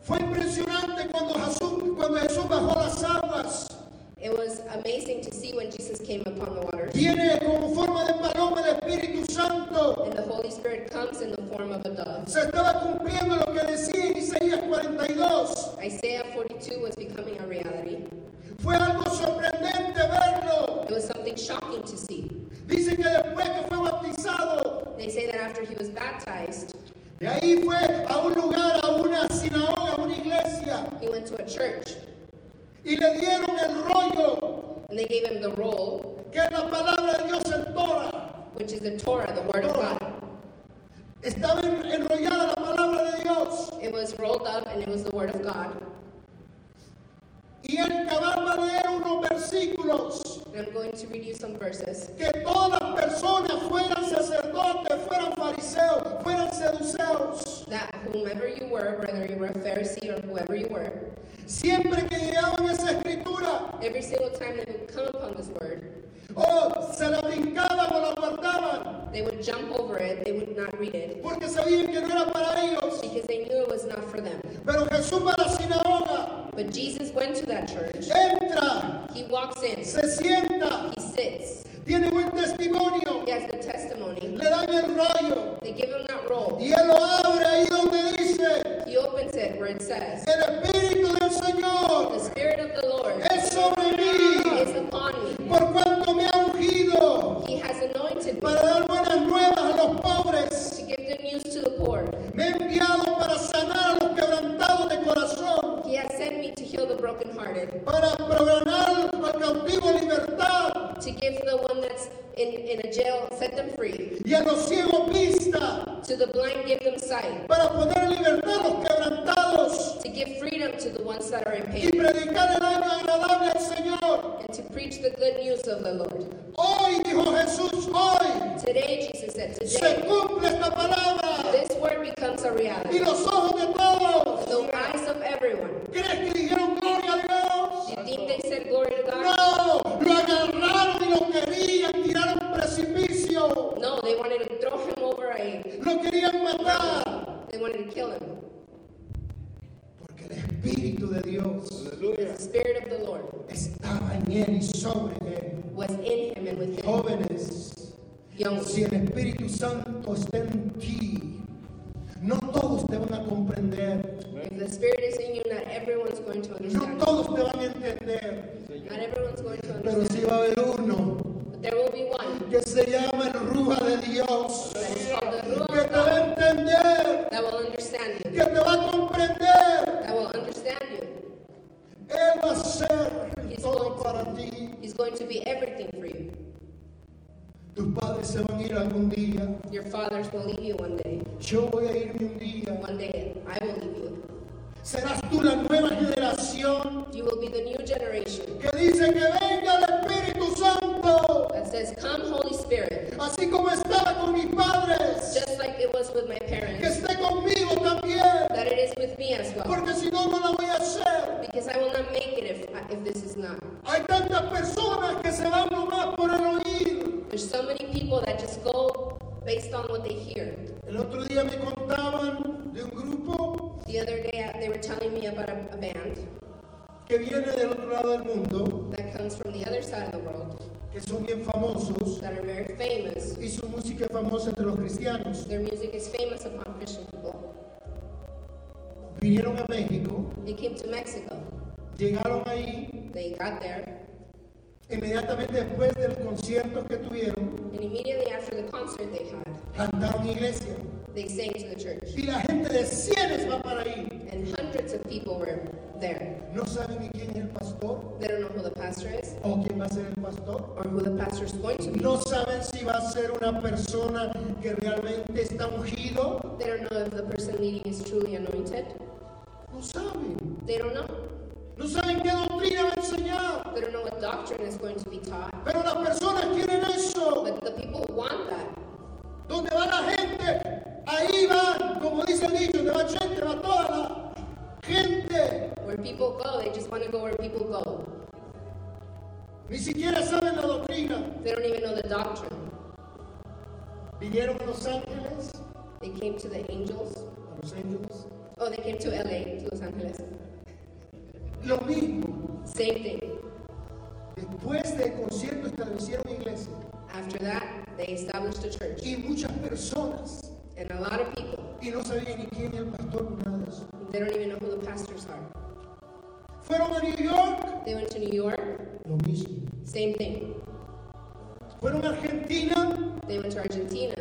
[SPEAKER 1] Fue impresionante cuando Jesús, cuando Jesús bajó las aguas.
[SPEAKER 2] It was amazing to see when Jesus came upon the water.
[SPEAKER 1] Viene con forma de paloma el Espíritu Santo.
[SPEAKER 2] And the Holy Spirit comes in the form of a dove.
[SPEAKER 1] Se estaba cumpliendo lo que decía en Isaías 42.
[SPEAKER 2] Isaiah 42 was becoming a reality.
[SPEAKER 1] Fue algo sorprendente verlo.
[SPEAKER 2] It was something shocking to see.
[SPEAKER 1] Dice que después que fue bautizado,
[SPEAKER 2] They say that after he was baptized,
[SPEAKER 1] de ahí fue a un lugar, a una sinagoga, a una iglesia,
[SPEAKER 2] he went to a church
[SPEAKER 1] y le dieron el rollo,
[SPEAKER 2] and they gave him the roll,
[SPEAKER 1] que es la palabra de Dios en Torah.
[SPEAKER 2] which is the Torah, the Word of God.
[SPEAKER 1] Estaba en- enrollada la palabra de Dios,
[SPEAKER 2] It was rolled up and it was the Word of God.
[SPEAKER 1] y él acababa de leer unos versículos
[SPEAKER 2] And I'm going to read you some verses.
[SPEAKER 1] que todas las personas, fueran sacerdotes, fueran fariseos, fueran seduceos,
[SPEAKER 2] That whomever you were, whether you were a Pharisee or whoever you were,
[SPEAKER 1] siempre que llegaban esa escritura,
[SPEAKER 2] every single time they would come upon this Word,
[SPEAKER 1] o oh, se la brincaban o la guardaban.
[SPEAKER 2] they would jump over it, they would not read it,
[SPEAKER 1] porque sabían que no era para ellos.
[SPEAKER 2] because they knew it was not for them.
[SPEAKER 1] Pero Jesús va a la sinagoga,
[SPEAKER 2] But Jesus went to that church.
[SPEAKER 1] entra,
[SPEAKER 2] He walks in.
[SPEAKER 1] se sienta,
[SPEAKER 2] He sits.
[SPEAKER 1] tiene el testimonio,
[SPEAKER 2] He has the testimony.
[SPEAKER 1] le dan el rollo
[SPEAKER 2] They give him that roll.
[SPEAKER 1] y él lo abre ahí donde dice,
[SPEAKER 2] He opens it where it says,
[SPEAKER 1] el Espíritu del Señor
[SPEAKER 2] The Spirit of the Lord
[SPEAKER 1] es sobre mí
[SPEAKER 2] is upon me.
[SPEAKER 1] por cuanto me ha ungido
[SPEAKER 2] He has anointed me
[SPEAKER 1] para dar buenas nuevas a los pobres.
[SPEAKER 2] to give good news to the poor.
[SPEAKER 1] Me he enviado para sanar a los quebrantados de corazón,
[SPEAKER 2] He has sent me to heal the brokenhearted,
[SPEAKER 1] para programar al cautivo libertad
[SPEAKER 2] to give the one that's in, in a jail, set them free.
[SPEAKER 1] y a los ciegos vista,
[SPEAKER 2] To the blind, give them sight.
[SPEAKER 1] para poner en libertad a los quebrantados
[SPEAKER 2] To give freedom to the ones that are in
[SPEAKER 1] y
[SPEAKER 2] pain.
[SPEAKER 1] predicar el año agradable al Señor.
[SPEAKER 2] And to preach the good news of the Lord.
[SPEAKER 1] Hoy, dijo Jesús, hoy
[SPEAKER 2] Today, Jesus said,
[SPEAKER 1] se
[SPEAKER 2] Today,
[SPEAKER 1] cumple esta palabra
[SPEAKER 2] this word becomes a
[SPEAKER 1] y
[SPEAKER 2] reality.
[SPEAKER 1] los ojos de todos.
[SPEAKER 2] The eyes of everyone.
[SPEAKER 1] ¿Crees que dijeron gloria a Dios?
[SPEAKER 2] You think they said glory to God?
[SPEAKER 1] No, lo agarraron y lo querían tirar a un precipicio.
[SPEAKER 2] No, they wanted to throw him over a.
[SPEAKER 1] Lo querían matar.
[SPEAKER 2] They wanted to kill him.
[SPEAKER 1] Porque el Espíritu de Dios
[SPEAKER 2] The Spirit of the Lord
[SPEAKER 1] estaba en él y sobre él.
[SPEAKER 2] was in him and within him.
[SPEAKER 1] Jóvenes,
[SPEAKER 2] Young,
[SPEAKER 1] si el Espíritu Santo está en ti, no todos te van a comprender.
[SPEAKER 2] if the Spirit is in you, not everyone's going to
[SPEAKER 1] No
[SPEAKER 2] understand.
[SPEAKER 1] todos te van a entender.
[SPEAKER 2] Not everyone's going to
[SPEAKER 1] Pero
[SPEAKER 2] understand.
[SPEAKER 1] sí va a haber uno
[SPEAKER 2] But there will be one
[SPEAKER 1] que se llama el Ruja de Dios.
[SPEAKER 2] that is called the
[SPEAKER 1] Que
[SPEAKER 2] Ruach
[SPEAKER 1] te
[SPEAKER 2] of
[SPEAKER 1] va
[SPEAKER 2] God
[SPEAKER 1] a entender.
[SPEAKER 2] that will understand you,
[SPEAKER 1] Que te va a comprender.
[SPEAKER 2] that will understand you.
[SPEAKER 1] Él va a ser todo para ti.
[SPEAKER 2] He's going to be everything for you.
[SPEAKER 1] Tus padres se van a ir algún día.
[SPEAKER 2] Your fathers will leave you one day.
[SPEAKER 1] Yo voy a irme un día.
[SPEAKER 2] One day, I will leave you.
[SPEAKER 1] Serás tú la nueva generación
[SPEAKER 2] You will be the new generation
[SPEAKER 1] que dice que venga el Espíritu Santo.
[SPEAKER 2] that says, Come, Holy Spirit,
[SPEAKER 1] Así como estaba con mis padres,
[SPEAKER 2] just like it was with my
[SPEAKER 1] que
[SPEAKER 2] parents,
[SPEAKER 1] esté conmigo también.
[SPEAKER 2] that it is with me as well.
[SPEAKER 1] Porque si no, no la voy a hacer.
[SPEAKER 2] Because I will not make it if, if this is not.
[SPEAKER 1] Hay tantas personas que se van nomás por el oír.
[SPEAKER 2] There's so many people that just go based on what they hear.
[SPEAKER 1] El otro día me contaban de un grupo
[SPEAKER 2] The other day, I- they were telling me about a, a band
[SPEAKER 1] que viene del otro lado del mundo,
[SPEAKER 2] that comes from the other side of the world
[SPEAKER 1] que son bien famosos
[SPEAKER 2] that are very famous.
[SPEAKER 1] y su música es famosa entre los cristianos.
[SPEAKER 2] Their music is famous upon Christian people.
[SPEAKER 1] Vinieron a México,
[SPEAKER 2] They came to Mexico.
[SPEAKER 1] llegaron ahí
[SPEAKER 2] They got there,
[SPEAKER 1] Inmediatamente después del concierto que tuvieron,
[SPEAKER 2] and immediately after the concert they had,
[SPEAKER 1] cantaron iglesia.
[SPEAKER 2] they sang to the church,
[SPEAKER 1] Y la gente de cienes va para ahí.
[SPEAKER 2] and hundreds of people were there.
[SPEAKER 1] No saben ni quién es el pastor
[SPEAKER 2] They don't know who the pastor is
[SPEAKER 1] o quién va a ser el pastor.
[SPEAKER 2] or who the pastor is going to be.
[SPEAKER 1] No saben si va a ser una persona que realmente está ungido.
[SPEAKER 2] They don't know if the person leading is truly anointed.
[SPEAKER 1] No saben.
[SPEAKER 2] They don't know.
[SPEAKER 1] No saben qué doctrina va a enseñar.
[SPEAKER 2] They don't know what doctrine is going to be taught.
[SPEAKER 1] Pero las personas quieren eso.
[SPEAKER 2] But the people want that.
[SPEAKER 1] Donde va la gente, ahí van. Como dice el dicho, donde va gente, va toda la gente.
[SPEAKER 2] Where people go, they just want to go where people go.
[SPEAKER 1] Ni siquiera saben la doctrina.
[SPEAKER 2] They don't even know the doctrine.
[SPEAKER 1] Vinieron a Los Ángeles,
[SPEAKER 2] They came to the angels.
[SPEAKER 1] a Los Ángeles,
[SPEAKER 2] Oh, they came to LA, to Los Angeles.
[SPEAKER 1] lo mismo.
[SPEAKER 2] Same thing.
[SPEAKER 1] Después del concierto establecieron iglesia
[SPEAKER 2] After that, they established a church.
[SPEAKER 1] y muchas personas
[SPEAKER 2] And a lot of people,
[SPEAKER 1] y no sabían ni quién era el pastor ni nada de eso.
[SPEAKER 2] they don't even know who the pastors are.
[SPEAKER 1] Fueron a New York,
[SPEAKER 2] They went to New York.
[SPEAKER 1] lo mismo.
[SPEAKER 2] Same thing.
[SPEAKER 1] Fueron a Argentina,
[SPEAKER 2] They went to Argentina.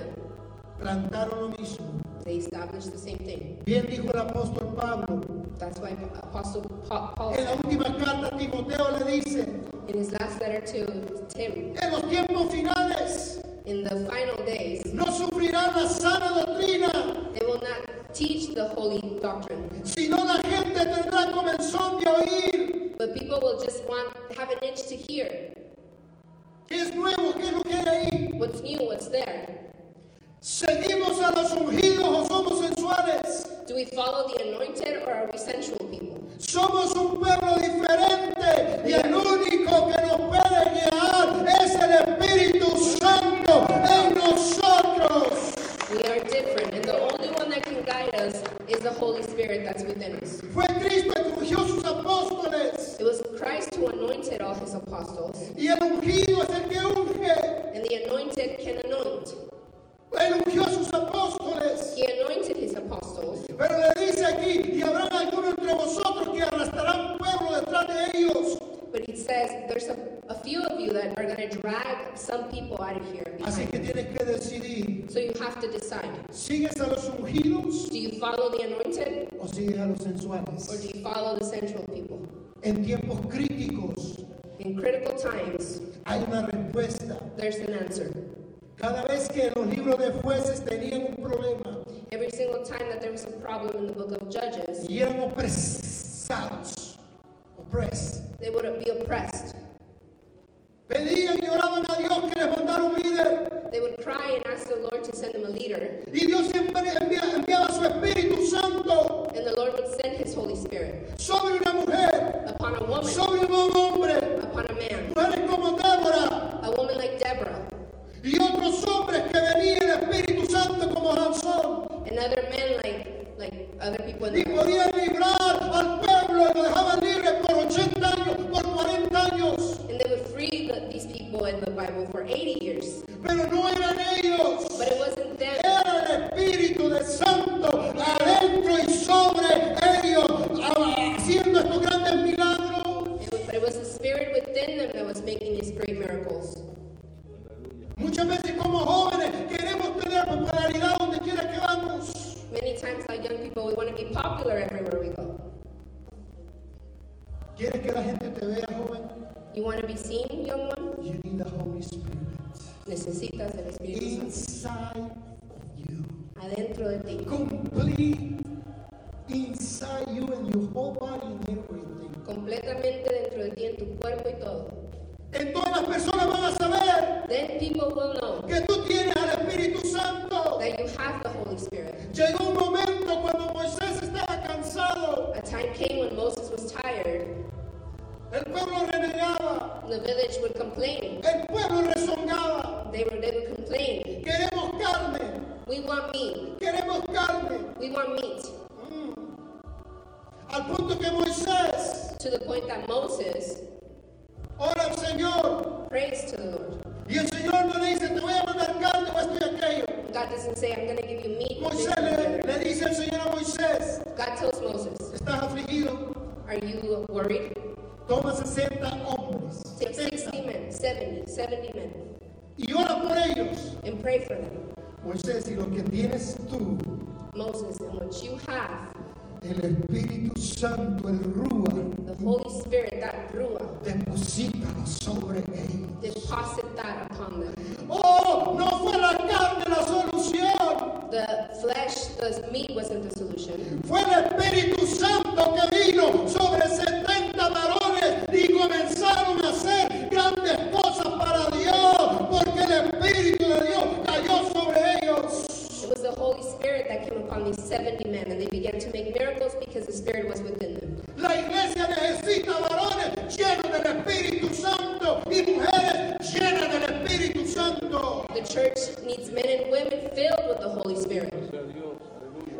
[SPEAKER 1] plantaron lo mismo.
[SPEAKER 2] They established the same thing.
[SPEAKER 1] Bien dijo el apóstol Pablo.
[SPEAKER 2] That's why Apostle Pa- Paul,
[SPEAKER 1] En la
[SPEAKER 2] said
[SPEAKER 1] última carta a Timoteo le dice,
[SPEAKER 2] in his last letter to Tim,
[SPEAKER 1] en los tiempos finales
[SPEAKER 2] in the final days,
[SPEAKER 1] no sufrirán la sana doctrina,
[SPEAKER 2] They will not teach the holy doctrine,
[SPEAKER 1] sino la gente tendrá comenzón de oír.
[SPEAKER 2] but people will just want have an itch to hear
[SPEAKER 1] ¿Qué es nuevo? ¿Qué es lo que hay ahí?
[SPEAKER 2] what's new, what's there.
[SPEAKER 1] ¿Seguimos a los ungidos o somos sensuales?
[SPEAKER 2] Do we follow the anointed or are we sensual people?
[SPEAKER 1] Somos un pueblo diferente y el único que nos puede guiar es el Espíritu Santo en nosotros.
[SPEAKER 2] We are different, and the only one that can guide us is the Holy Spirit that's within us.
[SPEAKER 1] Fue Cristo el que ungió a sus apóstoles
[SPEAKER 2] It was Christ who anointed all his apostles,
[SPEAKER 1] y el ungido es el que unge.
[SPEAKER 2] and the said can anoint.
[SPEAKER 1] Él ungió a sus apóstoles.
[SPEAKER 2] He anointed his apostles.
[SPEAKER 1] Pero le dice aquí, y habrá algunos entre vosotros que arrastrarán pueblo detrás de ellos.
[SPEAKER 2] But he says there's a, a few of you that are going to drag some people out of here.
[SPEAKER 1] Así
[SPEAKER 2] behind.
[SPEAKER 1] que tienes que decidir,
[SPEAKER 2] So you have to decide.
[SPEAKER 1] ¿sigues a los ungidos
[SPEAKER 2] Do you follow the anointed
[SPEAKER 1] o sigues a los
[SPEAKER 2] or do
[SPEAKER 1] sensuales?
[SPEAKER 2] you follow the sensual people?
[SPEAKER 1] En tiempos críticos
[SPEAKER 2] In critical times,
[SPEAKER 1] hay una respuesta.
[SPEAKER 2] there's an answer.
[SPEAKER 1] Cada vez que en los libros de jueces tenían un problema
[SPEAKER 2] Every single time that there was a problem in the book of Judges,
[SPEAKER 1] y eran opresados, opres,
[SPEAKER 2] they would be oppressed.
[SPEAKER 1] pedían y oraban a Dios que les mandara un líder
[SPEAKER 2] They would cry and ask the Lord to send them a leader,
[SPEAKER 1] y Dios siempre envía- enviaba su Espíritu Santo
[SPEAKER 2] and the Lord would send his Holy Spirit
[SPEAKER 1] sobre una mujer
[SPEAKER 2] upon a woman,
[SPEAKER 1] sobre un hombre,
[SPEAKER 2] upon a man,
[SPEAKER 1] mujeres como Débora
[SPEAKER 2] a woman like Deborah,
[SPEAKER 1] y otros hombres que venía el Espíritu Santo como Sansón
[SPEAKER 2] and other men like like other people in
[SPEAKER 1] y
[SPEAKER 2] the
[SPEAKER 1] podían librar al pueblo y lo dejaban libre por 80 años, por 40 años,
[SPEAKER 2] And they would free the, these people in the Bible for 80 years.
[SPEAKER 1] pero no eran ellos,
[SPEAKER 2] But it wasn't them.
[SPEAKER 1] era el Espíritu de Santo adentro y sobre ellos ah, haciendo estos grandes milagros.
[SPEAKER 2] It was- but it was the spirit within them that was making these great miracles.
[SPEAKER 1] Muchas veces como jóvenes queremos tener popularidad donde quiera que vamos.
[SPEAKER 2] Many times, like young people, we want to be popular everywhere we go.
[SPEAKER 1] ¿Quieres que la gente te vea joven?
[SPEAKER 2] You want to be seen, young one?
[SPEAKER 1] You need the Holy Spirit
[SPEAKER 2] Necesitas el Espíritu Santo
[SPEAKER 1] inside of you.
[SPEAKER 2] adentro de ti.
[SPEAKER 1] Complete inside you and your whole body and everything.
[SPEAKER 2] Completamente dentro de ti, en tu cuerpo y todo.
[SPEAKER 1] Entonces las personas van a saber
[SPEAKER 2] Then people will know
[SPEAKER 1] que tú tienes al Espíritu Santo.
[SPEAKER 2] that you have the Holy Spirit.
[SPEAKER 1] Llegó un momento cuando Moisés estaba cansado,
[SPEAKER 2] A time came when Moses was tired,
[SPEAKER 1] el pueblo renegaba,
[SPEAKER 2] and the village would complain.
[SPEAKER 1] el pueblo rezongaba.
[SPEAKER 2] They would, they would complain.
[SPEAKER 1] Queremos carne,
[SPEAKER 2] We want meat.
[SPEAKER 1] queremos carne.
[SPEAKER 2] We want meat.
[SPEAKER 1] Al punto que Moisés
[SPEAKER 2] to the point that Moses
[SPEAKER 1] ora al Señor
[SPEAKER 2] prays to the Lord.
[SPEAKER 1] y el Señor no le dice, te voy a mandar carne o esto y aquello.
[SPEAKER 2] God doesn't say, I'm going to give you meat. this
[SPEAKER 1] Moisés
[SPEAKER 2] and
[SPEAKER 1] le,
[SPEAKER 2] that."
[SPEAKER 1] le dice al Señor a Moisés,
[SPEAKER 2] God tells Moses,
[SPEAKER 1] estás afligido,
[SPEAKER 2] Are you worried?
[SPEAKER 1] toma 60 hombres,
[SPEAKER 2] Take
[SPEAKER 1] 70,
[SPEAKER 2] 60 men, 70, 70 men,
[SPEAKER 1] y ora por ellos.
[SPEAKER 2] and pray for them.
[SPEAKER 1] Moisés, y lo que tienes tú,
[SPEAKER 2] Moses, and what you have,
[SPEAKER 1] el Espíritu Santo, el
[SPEAKER 2] the
[SPEAKER 1] Rúa,
[SPEAKER 2] Holy Spirit, that Ruah,
[SPEAKER 1] deposítalo sobre ellos.
[SPEAKER 2] deposit that upon them.
[SPEAKER 1] Oh, no fue la carne la solución,
[SPEAKER 2] The flesh, the meat wasn't the solution.
[SPEAKER 1] fue el Espíritu Santo que vino sobre 70 varones y comenzaron a hacer grandes cosas para Dios, porque el Espíritu de Dios cayó sobre ellos.
[SPEAKER 2] It was the Holy Spirit that came upon these 70 men, and they began to make miracles because the Spirit was within them.
[SPEAKER 1] La iglesia necesita varones llenos del Espíritu Santo y mujeres llenas del Espíritu Santo.
[SPEAKER 2] The church needs men and women filled with the Holy Spirit.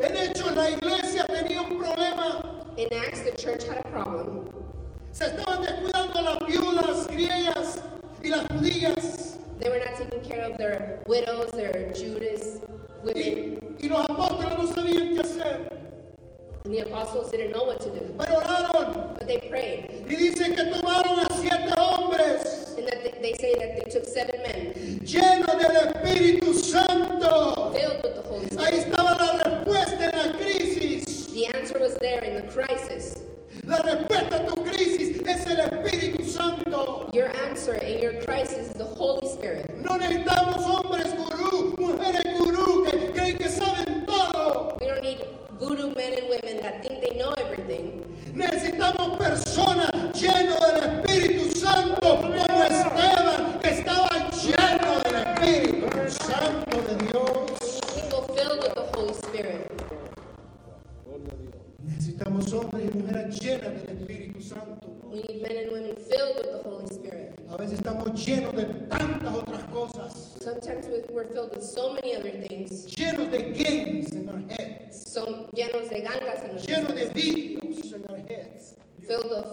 [SPEAKER 1] En hecho, la iglesia tenía un problema.
[SPEAKER 2] In Acts, the church had a problem.
[SPEAKER 1] Se estaban descuidando las viudas griegas y las judías.
[SPEAKER 2] They were not taking care of their widows, their Judas women,
[SPEAKER 1] Y, y los apóstoles no sabían qué hacer.
[SPEAKER 2] and the apostles didn't know what to do.
[SPEAKER 1] Pero oraron.
[SPEAKER 2] But they prayed,
[SPEAKER 1] Y dicen que tomaron a siete hombres
[SPEAKER 2] and that they, they say that they took seven men
[SPEAKER 1] llenos del Espíritu Santo.
[SPEAKER 2] filled with the Holy
[SPEAKER 1] Ahí
[SPEAKER 2] Spirit.
[SPEAKER 1] estaba la respuesta en la crisis.
[SPEAKER 2] The answer was there in the crisis.
[SPEAKER 1] La respuesta a tu crisis es el Espíritu Santo.
[SPEAKER 2] Your answer in your crisis is the Holy Spirit.
[SPEAKER 1] No necesitamos hombres gurú, mujeres gurú que creen que saben todo.
[SPEAKER 2] We don't need voodoo men and women that think they know everything.
[SPEAKER 1] Necesitamos personas llenas del Espíritu Santo, como Esteban, que estaba lleno del Espíritu Santo de Dios.
[SPEAKER 2] People filled with the Holy Spirit.
[SPEAKER 1] Necesitamos hombres y mujeres llenas del Espíritu Santo.
[SPEAKER 2] We need men and women filled with the Holy Spirit.
[SPEAKER 1] A veces estamos llenos de tantas otras cosas,
[SPEAKER 2] Sometimes we- we're filled with so many other things.
[SPEAKER 1] llenos de games en our heads,
[SPEAKER 2] Son llenos de gangas en nuestras
[SPEAKER 1] llenos de videos en our heads.
[SPEAKER 2] filled of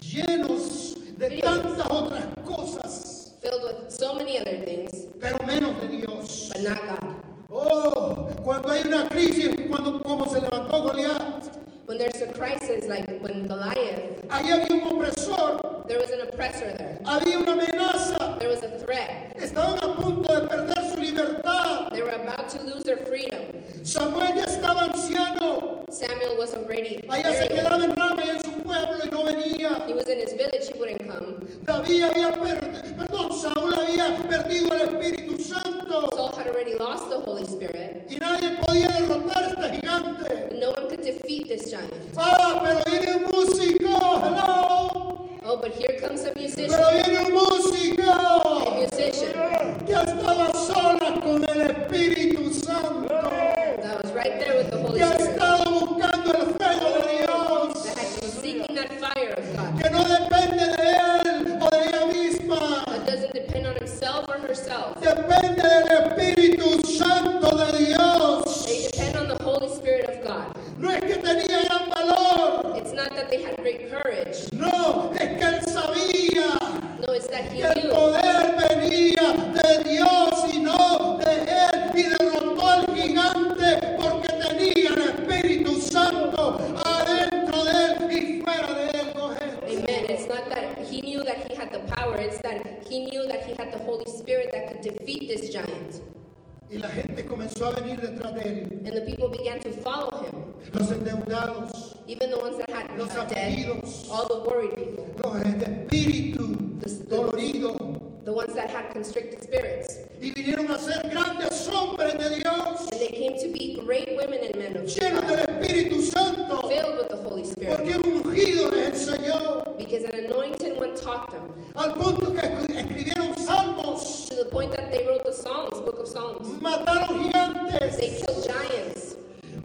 [SPEAKER 1] llenos de tantas otras cosas.
[SPEAKER 2] filled with so many other things.
[SPEAKER 1] Pero menos de Dios.
[SPEAKER 2] but not God.
[SPEAKER 1] Oh, cuando hay una crisis, cuando como se levantó Goliat,
[SPEAKER 2] When there's a crisis, like when Goliath,
[SPEAKER 1] ahí había un opresor,
[SPEAKER 2] there was an oppressor there,
[SPEAKER 1] había una amenaza,
[SPEAKER 2] there was a threat.
[SPEAKER 1] estaban a punto de perder su libertad.
[SPEAKER 2] They were about to lose their freedom.
[SPEAKER 1] Samuel ya estaba anciano,
[SPEAKER 2] Samuel was already
[SPEAKER 1] allá se
[SPEAKER 2] very old.
[SPEAKER 1] quedaba en Rama y en su pueblo y no venía.
[SPEAKER 2] He was in his village, he wouldn't come.
[SPEAKER 1] David había perdido, perdón, Saúl había perdido el Espíritu Santo
[SPEAKER 2] Saul had already lost the Holy Spirit.
[SPEAKER 1] y nadie podía derrotar a este gigante.
[SPEAKER 2] No one could defeat this giant.
[SPEAKER 1] Ah, pero viene un músico, hello,
[SPEAKER 2] Oh, but here comes a musician.
[SPEAKER 1] pero viene un músico.
[SPEAKER 2] A musician
[SPEAKER 1] que estaba sola con el Espíritu Santo,
[SPEAKER 2] that was right there with the Holy
[SPEAKER 1] que ha
[SPEAKER 2] Spirit.
[SPEAKER 1] estado buscando el fuego de Dios,
[SPEAKER 2] That had been seeking that fire of God.
[SPEAKER 1] que no depende de él o de ella misma,
[SPEAKER 2] That doesn't depend on himself or herself.
[SPEAKER 1] depende del Espíritu Santo de Dios.
[SPEAKER 2] They depend on the Holy Spirit of God.
[SPEAKER 1] No es que tenía gran valor,
[SPEAKER 2] It's not that they had great courage.
[SPEAKER 1] no, es que él sabía
[SPEAKER 2] No, it's that he
[SPEAKER 1] que el
[SPEAKER 2] knew
[SPEAKER 1] poder venía de Dios y no de él y derrotó al gigante porque tenía el Espíritu Santo adentro de él y fuera de él. no él.
[SPEAKER 2] Amen. It's not that he knew that he had the power, it's that he knew that he had the Holy Spirit that could defeat this giant.
[SPEAKER 1] Y la gente comenzó a venir detrás de él.
[SPEAKER 2] And the people began to follow him,
[SPEAKER 1] Los endeudados,
[SPEAKER 2] even the ones that had
[SPEAKER 1] los
[SPEAKER 2] uh, dead,
[SPEAKER 1] afligidos,
[SPEAKER 2] all the worried people,
[SPEAKER 1] los espíritus doloridos.
[SPEAKER 2] the ones that had constricted spirits.
[SPEAKER 1] Y vinieron a ser grandes hombres de Dios,
[SPEAKER 2] And they came to be great women and men of
[SPEAKER 1] llenos del
[SPEAKER 2] God,
[SPEAKER 1] Espíritu Santo,
[SPEAKER 2] filled with the Holy Spirit,
[SPEAKER 1] porque era ungido les enseñó.
[SPEAKER 2] because an anointed one taught them
[SPEAKER 1] al punto que escri- escribieron salmos,
[SPEAKER 2] to the point that they wrote the Psalms, Book of Psalms.
[SPEAKER 1] mataron
[SPEAKER 2] They
[SPEAKER 1] gigantes.
[SPEAKER 2] killed giants.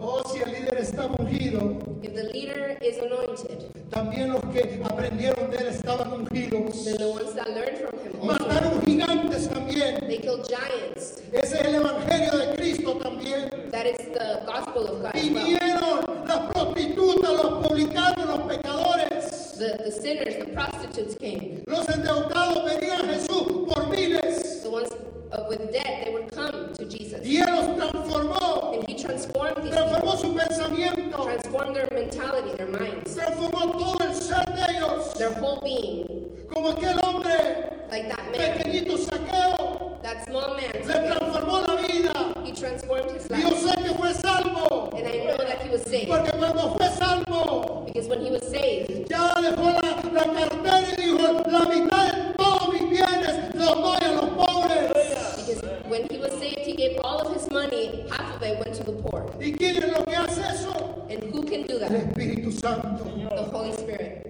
[SPEAKER 1] Oh, si el líder está ungido,
[SPEAKER 2] If the leader is anointed,
[SPEAKER 1] también los que aprendieron de él estaban ungidos.
[SPEAKER 2] then the ones that learn from him also.
[SPEAKER 1] Mataron gigantes también.
[SPEAKER 2] They killed giants.
[SPEAKER 1] Ese es el evangelio de Cristo también.
[SPEAKER 2] That is the gospel of God as well.
[SPEAKER 1] Vinieron las prostitutas, los publicanos, los pecadores,
[SPEAKER 2] The, the sinners, the prostitutes came.
[SPEAKER 1] los endeudados. Venían a Jesús por miles
[SPEAKER 2] The ones uh, with debt, they would come to Jesus.
[SPEAKER 1] y él los transformó.
[SPEAKER 2] And he transformed these people,
[SPEAKER 1] Transformó su pensamiento,
[SPEAKER 2] transformed their mentality, their minds,
[SPEAKER 1] transformó todo el ser de ellos.
[SPEAKER 2] their whole being.
[SPEAKER 1] Como aquel hombre
[SPEAKER 2] Like that man,
[SPEAKER 1] pequeñito saqueo
[SPEAKER 2] that
[SPEAKER 1] le
[SPEAKER 2] small man,
[SPEAKER 1] transformó la vida.
[SPEAKER 2] he transformed his
[SPEAKER 1] Y yo
[SPEAKER 2] life.
[SPEAKER 1] sé que fue salvo.
[SPEAKER 2] And I know that he was saved.
[SPEAKER 1] Porque cuando fue salvo,
[SPEAKER 2] Because when he was saved,
[SPEAKER 1] ya dejó la, la cartera y dijo, la mitad de todos mis bienes los doy a los pobres.
[SPEAKER 2] because when he was saved, he gave all of his money, half of it went to the poor.
[SPEAKER 1] ¿Y quién es lo que hace eso?
[SPEAKER 2] And who can do
[SPEAKER 1] El
[SPEAKER 2] that?
[SPEAKER 1] Espíritu Santo.
[SPEAKER 2] The Holy Spirit.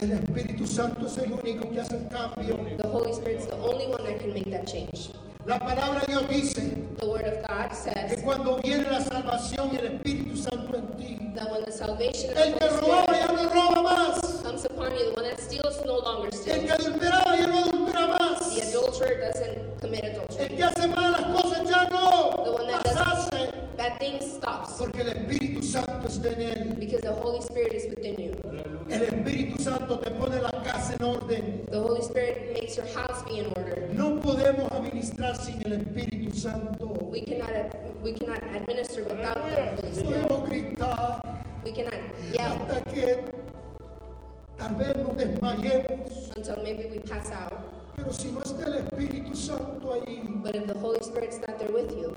[SPEAKER 1] El Espíritu Santo es el único que hace el cambio.
[SPEAKER 2] The Holy Spirit's the only one that can make that change.
[SPEAKER 1] La palabra de Dios dice
[SPEAKER 2] The Word of God says
[SPEAKER 1] que cuando viene la salvación y el Espíritu Santo en ti,
[SPEAKER 2] that when the salvation of
[SPEAKER 1] el que
[SPEAKER 2] the Holy
[SPEAKER 1] robaba
[SPEAKER 2] Spirit
[SPEAKER 1] ya no roba más.
[SPEAKER 2] comes upon you, the one that steals no longer
[SPEAKER 1] El que
[SPEAKER 2] steals.
[SPEAKER 1] adulteraba ya no adultera
[SPEAKER 2] The
[SPEAKER 1] más.
[SPEAKER 2] adulterer doesn't commit
[SPEAKER 1] El
[SPEAKER 2] adultery.
[SPEAKER 1] que hace malas cosas ya no
[SPEAKER 2] one that
[SPEAKER 1] las hace.
[SPEAKER 2] That thing stops
[SPEAKER 1] Porque el Espíritu Santo está en él.
[SPEAKER 2] because the Holy Spirit is within you.
[SPEAKER 1] El Espíritu Santo te pone la casa en orden.
[SPEAKER 2] The Holy Spirit makes your house be in order.
[SPEAKER 1] No podemos administrar sin el Espíritu Santo.
[SPEAKER 2] We cannot we cannot administer without the Holy Spirit.
[SPEAKER 1] Podemos gritar
[SPEAKER 2] We cannot yell
[SPEAKER 1] hasta que tal vez nos desmayemos.
[SPEAKER 2] until maybe we pass out.
[SPEAKER 1] Pero si no está el Espíritu Santo ahí,
[SPEAKER 2] But if the Holy Spirit's not there with you,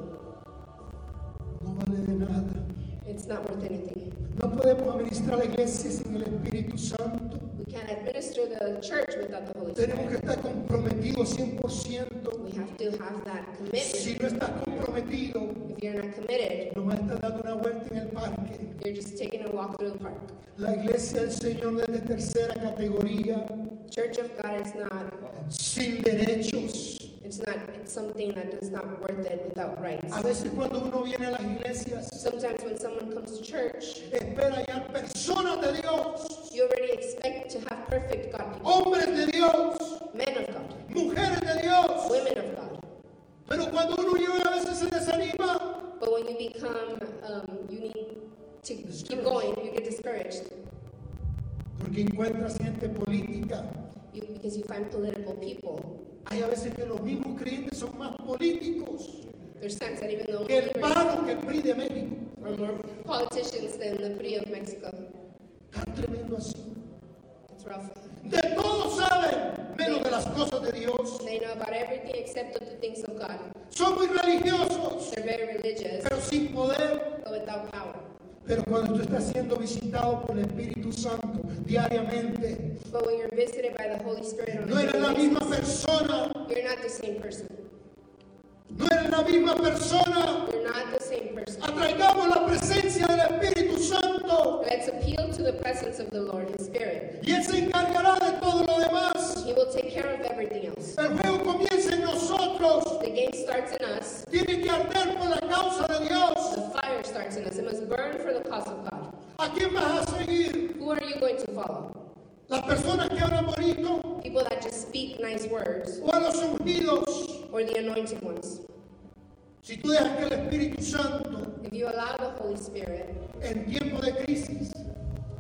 [SPEAKER 1] no vale de nada.
[SPEAKER 2] it's not worth anything.
[SPEAKER 1] No podemos administrar la iglesia sin el Espíritu Santo.
[SPEAKER 2] We can't administer the church without the Holy
[SPEAKER 1] Tenemos que
[SPEAKER 2] Spirit.
[SPEAKER 1] estar comprometidos 100%.
[SPEAKER 2] We have to have that commitment.
[SPEAKER 1] Si no estás comprometido,
[SPEAKER 2] If you're not committed,
[SPEAKER 1] nomás estás dando una vuelta en el parque.
[SPEAKER 2] You're just taking a walk through the park.
[SPEAKER 1] La iglesia del Señor es de tercera categoría,
[SPEAKER 2] Church of God is not,
[SPEAKER 1] sin derechos.
[SPEAKER 2] it's not, it's something that is not worth it without rights.
[SPEAKER 1] A veces cuando uno viene a las iglesias,
[SPEAKER 2] Sometimes when someone comes to church,
[SPEAKER 1] espera ya personas de Dios,
[SPEAKER 2] you already expect to have perfect God people,
[SPEAKER 1] hombres de Dios,
[SPEAKER 2] men of God,
[SPEAKER 1] mujeres de Dios.
[SPEAKER 2] women of God.
[SPEAKER 1] Pero cuando uno llega a veces se desanima.
[SPEAKER 2] But when you become, um, you need to keep going, you get discouraged
[SPEAKER 1] Porque encuentras gente política,
[SPEAKER 2] you, because you find political people,
[SPEAKER 1] Hay a veces que los mismos creyentes son más políticos
[SPEAKER 2] There's times that even though
[SPEAKER 1] que el PAN o que el PRI de México.
[SPEAKER 2] are more politicians than the PRI of Mexico.
[SPEAKER 1] Tan tremendo así.
[SPEAKER 2] It's rough.
[SPEAKER 1] De todo saben, menos de las cosas de Dios.
[SPEAKER 2] They know about everything except of the things of God.
[SPEAKER 1] Son muy religiosos,
[SPEAKER 2] They're very religious,
[SPEAKER 1] pero sin poder.
[SPEAKER 2] but without power.
[SPEAKER 1] Pero cuando tú estás siendo visitado por el Espíritu Santo diariamente,
[SPEAKER 2] But when you're visited by the Holy Spirit on
[SPEAKER 1] no
[SPEAKER 2] a
[SPEAKER 1] eres la
[SPEAKER 2] daily
[SPEAKER 1] misma persona,
[SPEAKER 2] basis, you're not the same person.
[SPEAKER 1] no eres la misma persona.
[SPEAKER 2] You're not the same person.
[SPEAKER 1] Atraigamos la presencia del Espíritu Santo
[SPEAKER 2] Let's appeal to the presence of the Lord, His Spirit.
[SPEAKER 1] y Él se encargará de todo lo demás.
[SPEAKER 2] He will take care of everything else.
[SPEAKER 1] El juego comienza en nosotros.
[SPEAKER 2] The game starts in us.
[SPEAKER 1] Tiene que arder por la causa de Dios.
[SPEAKER 2] The fire starts in us. It must burn for the cause of God.
[SPEAKER 1] ¿A quién vas a seguir?
[SPEAKER 2] Who are you going to follow?
[SPEAKER 1] ¿Las personas que hablan bonito
[SPEAKER 2] People that just speak nice words
[SPEAKER 1] o a los ungidos?
[SPEAKER 2] or the anointed ones?
[SPEAKER 1] Si tú dejas que el Espíritu Santo
[SPEAKER 2] If you allow the Holy Spirit
[SPEAKER 1] en tiempo de crisis,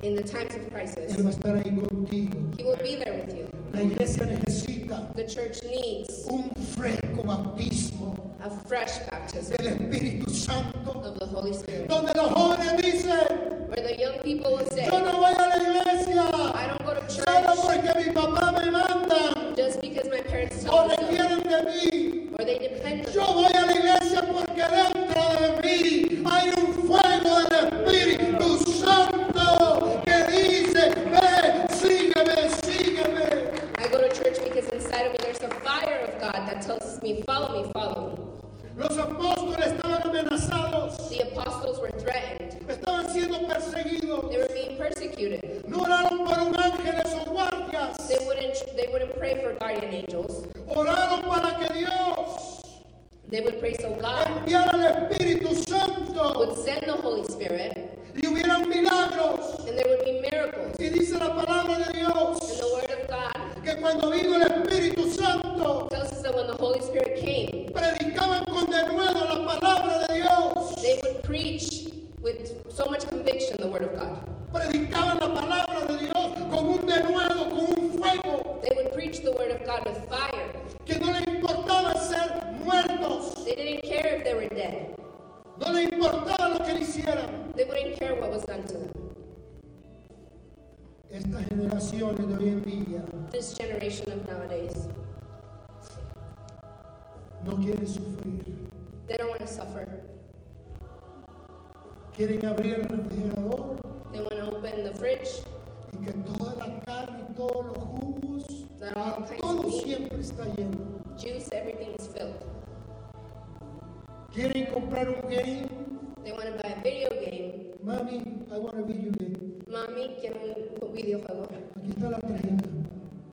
[SPEAKER 2] in the times of
[SPEAKER 1] Él
[SPEAKER 2] crisis,
[SPEAKER 1] va a estar ahí contigo.
[SPEAKER 2] He will be there with you.
[SPEAKER 1] La iglesia necesita
[SPEAKER 2] The church needs
[SPEAKER 1] un fresco bautismo
[SPEAKER 2] a fresh baptism
[SPEAKER 1] del Espíritu Santo,
[SPEAKER 2] of the Holy Spirit.
[SPEAKER 1] donde los jóvenes dicen,
[SPEAKER 2] Where the young people will say,
[SPEAKER 1] yo no voy a la iglesia
[SPEAKER 2] I don't go to
[SPEAKER 1] solo
[SPEAKER 2] church
[SPEAKER 1] porque mi papá me manda
[SPEAKER 2] just because my parents
[SPEAKER 1] o
[SPEAKER 2] tell me so,
[SPEAKER 1] requieren de mí.
[SPEAKER 2] or they depend on me.
[SPEAKER 1] Yo voy a la iglesia porque dentro de mí hay un fuego del Espíritu Santo que dice, ve, sígueme, sígueme.
[SPEAKER 2] I go to church because inside of me there's a fire of God that tells me, follow me, follow
[SPEAKER 1] Los apóstoles estaban amenazados,
[SPEAKER 2] me. The apostles were threatened.
[SPEAKER 1] estaban siendo perseguidos.
[SPEAKER 2] They were being persecuted.
[SPEAKER 1] No oraron por un ángel de sus guardias.
[SPEAKER 2] They wouldn't they wouldn't pray for guardian angels.
[SPEAKER 1] Oraron para que Dios
[SPEAKER 2] They would pray so God
[SPEAKER 1] enviara el Espíritu
[SPEAKER 2] would
[SPEAKER 1] Santo
[SPEAKER 2] send the Holy Spirit
[SPEAKER 1] y hubieran milagros.
[SPEAKER 2] and there would be miracles.
[SPEAKER 1] Y dice la palabra de
[SPEAKER 2] And
[SPEAKER 1] Dios
[SPEAKER 2] the word of God
[SPEAKER 1] que cuando vino el Espíritu Santo,
[SPEAKER 2] tells us that when the Holy Spirit came,
[SPEAKER 1] predicaban con denuedo la palabra de Dios.
[SPEAKER 2] they would preach with so much conviction the word of God.
[SPEAKER 1] Predicaban la palabra de Dios con un denuedo, con un fuego,
[SPEAKER 2] They would preach the word of God with fire.
[SPEAKER 1] que no le importaba ser muertos,
[SPEAKER 2] They didn't care if they were dead.
[SPEAKER 1] no le importaba lo que le hicieran.
[SPEAKER 2] They wouldn't care what was done to them.
[SPEAKER 1] Estas generaciones de hoy en día
[SPEAKER 2] This generation of nowadays,
[SPEAKER 1] no quieren sufrir.
[SPEAKER 2] they don't want to suffer.
[SPEAKER 1] Quieren abrir el refrigerador
[SPEAKER 2] They want to open the fridge,
[SPEAKER 1] y que toda la carne y todos los jugos,
[SPEAKER 2] That all kinds
[SPEAKER 1] todo
[SPEAKER 2] of meat.
[SPEAKER 1] siempre está lleno.
[SPEAKER 2] juice, everything is filled.
[SPEAKER 1] Quieren comprar un game,
[SPEAKER 2] They want to buy a video game.
[SPEAKER 1] mami, I want a video game.
[SPEAKER 2] Mami, quiero un videojuego.
[SPEAKER 1] Aquí está la tarjeta.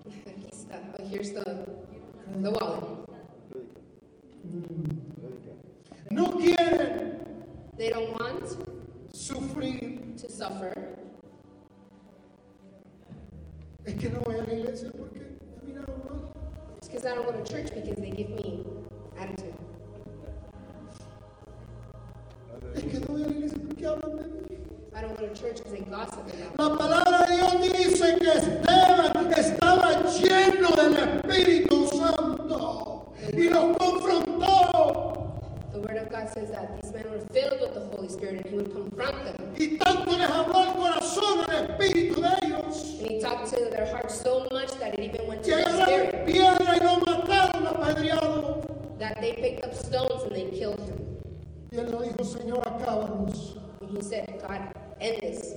[SPEAKER 2] Aquí está. Oh, here's the, the wallet.
[SPEAKER 1] No quieren
[SPEAKER 2] They don't want
[SPEAKER 1] sufrir.
[SPEAKER 2] to suffer.
[SPEAKER 1] Es que no voy a la iglesia porque me miraron mal.
[SPEAKER 2] It's because I don't go to church because they give me attitude.
[SPEAKER 1] Es que no voy a la iglesia porque hablan de mí.
[SPEAKER 2] I don't go to church because they gossip about me.
[SPEAKER 1] La palabra de Dios dice que Esteban estaba lleno del Espíritu Santo y los confrontó.
[SPEAKER 2] The word of God says that these men were filled with the Holy Spirit and he would confront them.
[SPEAKER 1] Y tanto les habló el corazón al espíritu de ellos
[SPEAKER 2] And he talked to their hearts so much that it even went to
[SPEAKER 1] que
[SPEAKER 2] their
[SPEAKER 1] agarraron
[SPEAKER 2] spirit
[SPEAKER 1] piedra y lo mataron apedreado.
[SPEAKER 2] that they picked up stones and they killed him.
[SPEAKER 1] Y él le dijo, Señor, acábalos.
[SPEAKER 2] And he said, God, end this.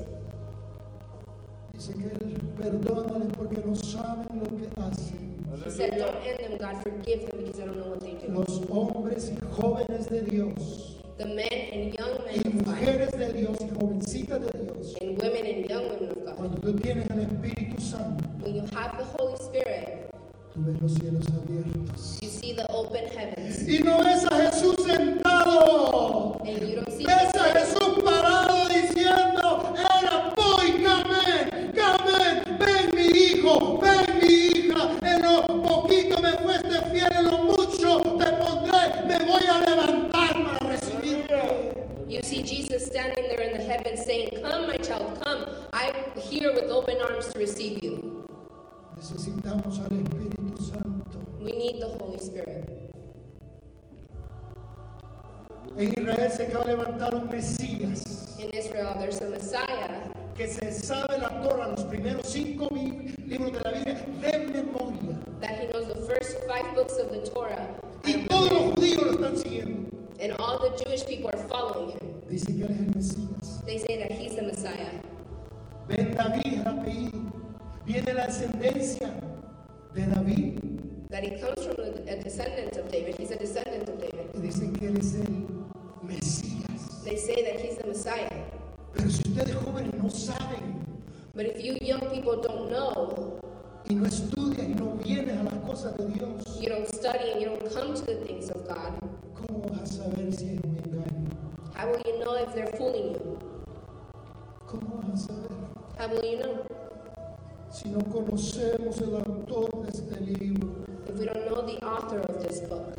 [SPEAKER 1] Dice que él perdónales porque no saben lo que hacen.
[SPEAKER 2] He said, Don't end them, God, forgive them because I don't know what they do.
[SPEAKER 1] Los hombres y jóvenes de Dios,
[SPEAKER 2] The men and young
[SPEAKER 1] y
[SPEAKER 2] men of God,
[SPEAKER 1] mujeres de Dios, y jovencitas de Dios.
[SPEAKER 2] and women and young women of God,
[SPEAKER 1] Cuando tú tienes el Espíritu Santo,
[SPEAKER 2] when you have the Holy Spirit,
[SPEAKER 1] tú ves los cielos abiertos.
[SPEAKER 2] you see the open heavens.
[SPEAKER 1] Y no ves a Jesús sentado.
[SPEAKER 2] And you don't see
[SPEAKER 1] Ves a Jesús parado diciendo, era voy, Carmen, Carmen, ven mi hijo, ven mi hija, en lo poquito me fuiste fiel, en lo mucho te pondré, me voy a levantar para recibirte.
[SPEAKER 2] You see Jesus standing there in the heavens saying, Come, my child, come. I'm here with open arms to receive you.
[SPEAKER 1] Necesitamos al Espíritu Santo.
[SPEAKER 2] We need the Holy Spirit.
[SPEAKER 1] En Israel se va a levantar un Mesías
[SPEAKER 2] In Israel, there's a Messiah
[SPEAKER 1] que se sabe la Torah, los primeros cinco bi- libros de la Biblia, de memoria.
[SPEAKER 2] that he knows the first five books of the Torah,
[SPEAKER 1] Y todos los judíos lo están siguiendo.
[SPEAKER 2] and all the Jewish people are following him.
[SPEAKER 1] Dice que él es el Mesías.
[SPEAKER 2] They say that he's the Messiah.
[SPEAKER 1] Ven David, el apellido. Viene la ascendencia de David.
[SPEAKER 2] That he comes from a a descendant of David. He's a descendant of David.
[SPEAKER 1] Y dicen que él es el Mesías.
[SPEAKER 2] They say that he's the Messiah.
[SPEAKER 1] Pero si ustedes jóvenes no saben
[SPEAKER 2] But if you young people don't know,
[SPEAKER 1] y no estudias y no vienes a las cosas de Dios,
[SPEAKER 2] you don't study, and you don't come to the things of God,
[SPEAKER 1] ¿cómo vas a saber si es un engaño?
[SPEAKER 2] how will you know if they're fooling you?
[SPEAKER 1] ¿Cómo vas a saber?
[SPEAKER 2] How will you know
[SPEAKER 1] Si no conocemos el autor de este libro,
[SPEAKER 2] if we don't know the author of this book?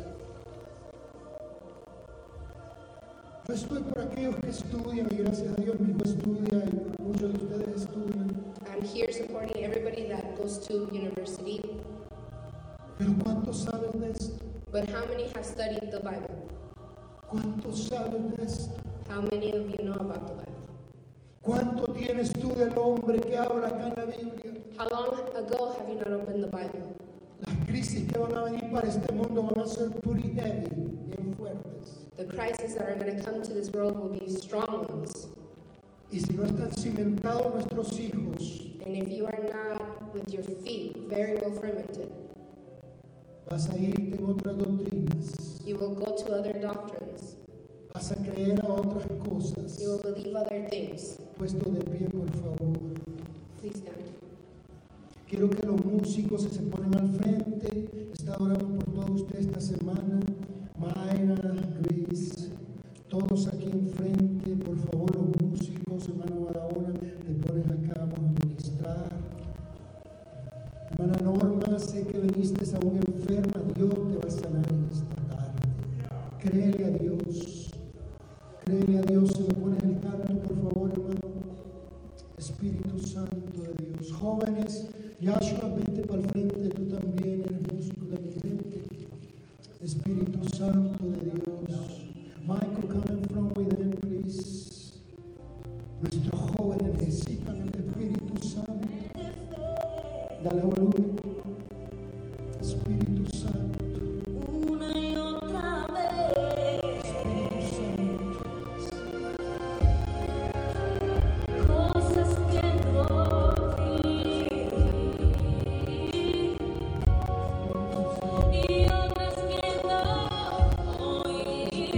[SPEAKER 1] yo estoy por aquellos que estudian y gracias a Dios mi hijo estudia y muchos de ustedes estudian.
[SPEAKER 2] I'm here supporting everybody that goes to university,
[SPEAKER 1] Pero ¿cuántos saben de esto?
[SPEAKER 2] but how many have studied the Bible?
[SPEAKER 1] ¿Cuántos saben de esto?
[SPEAKER 2] How many of you know about the Bible?
[SPEAKER 1] ¿Cuánto tienes tú del hombre que habla acá en la Biblia?
[SPEAKER 2] How long ago have you not opened the Bible?
[SPEAKER 1] Las crisis que van a venir para este mundo van a ser pretty heavy, bien fuertes.
[SPEAKER 2] The crises that are going to come to this world will be strong ones.
[SPEAKER 1] Y si no están cimentados nuestros hijos,
[SPEAKER 2] And if you are not with your feet very well fermented,
[SPEAKER 1] vas a irte en otras doctrinas,
[SPEAKER 2] you will go to other doctrines.
[SPEAKER 1] vas a creer a otras cosas.
[SPEAKER 2] You will believe other things.
[SPEAKER 1] Puesto de pie, por favor.
[SPEAKER 2] Please stand.
[SPEAKER 1] Quiero que los músicos que se ponen al frente, he estado orando por todos ustedes esta semana, Mayra, Luis, todos aquí enfrente, por favor los músicos, hermano Barahona, te pones acá, vamos a ministrar. Hermana Norma, sé que viniste aún enferma, Dios te va a sanar en esta tarde. Créele a Dios, créele a Dios, si me pones el canto, por favor, hermano. Espíritu Santo de Dios. Jóvenes, Yahshua, vete para el frente, tú también, eres músico de mi frente. Espíritu Santo de Dios. Michael, come in front with him, please. Nuestros jóvenes necesitan el Espíritu Santo. Dale volumen. Espíritu Santo.
[SPEAKER 3] Una y otra vez,
[SPEAKER 1] Espíritu Santo.
[SPEAKER 3] cosas que no vi y otras que no oí.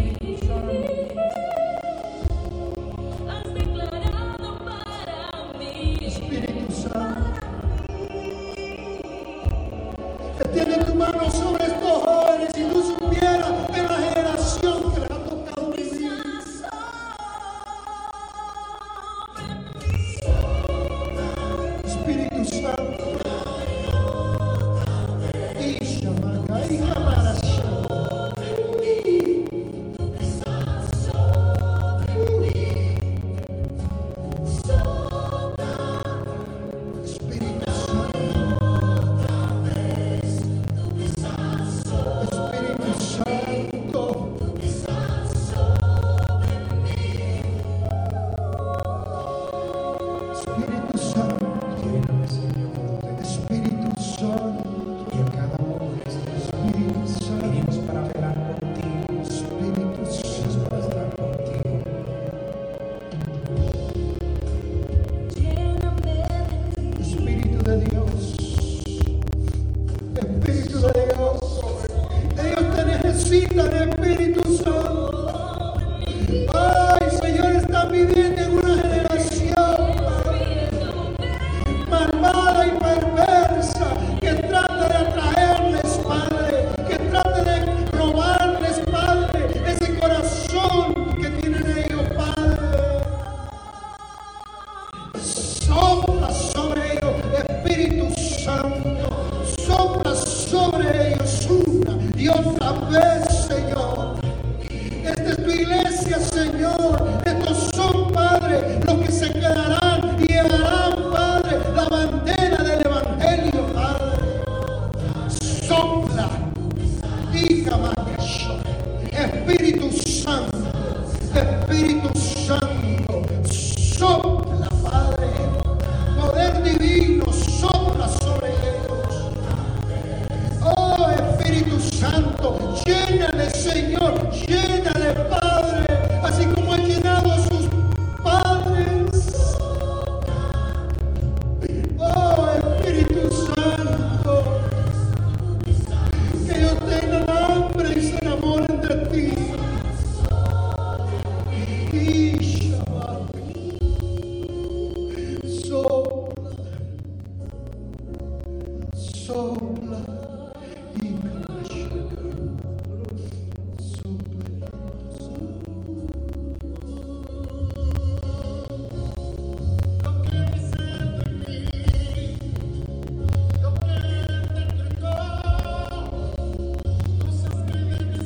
[SPEAKER 3] Has declarado
[SPEAKER 1] Espíritu Santo, Espíritu Santo, sopla, Padre, poder divino, sopla sobre ellos. Oh Espíritu Santo, llénale Señor, llénale Padre, así como ha llenado a sus padres. Oh Espíritu Santo, que ellos tengan hambre y se enamoren de ti. Y Shabbat, sopla, sopla y Kashaka, sopla.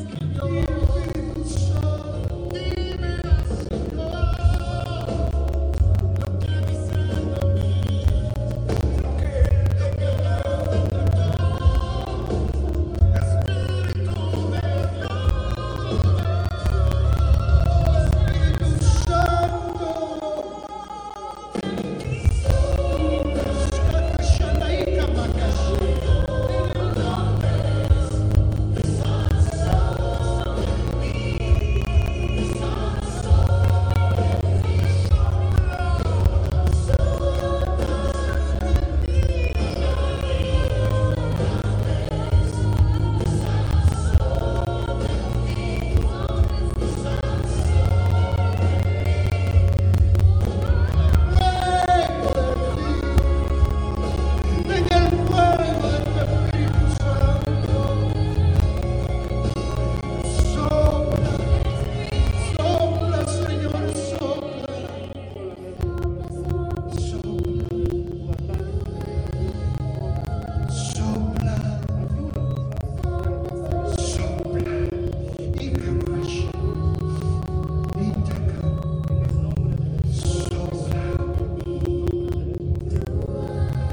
[SPEAKER 1] Espíritu Santo. En el fuego de tu Espíritu Santo, sopla, sopla, Señor, sopla, sopla, sopla, sopla, y jamás, y sopla.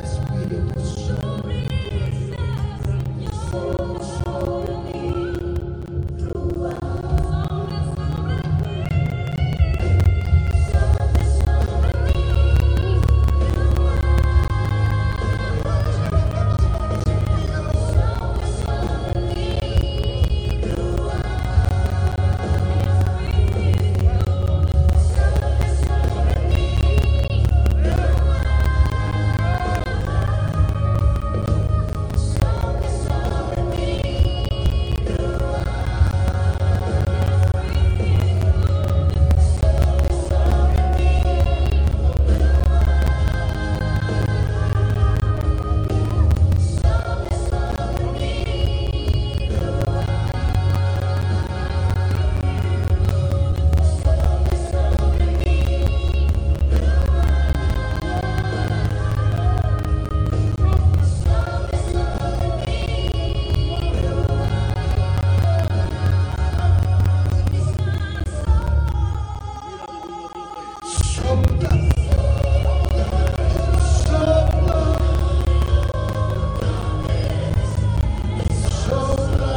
[SPEAKER 1] Espíritu Santo, sopla, sopla, sopla, sopla, sopla, sopla,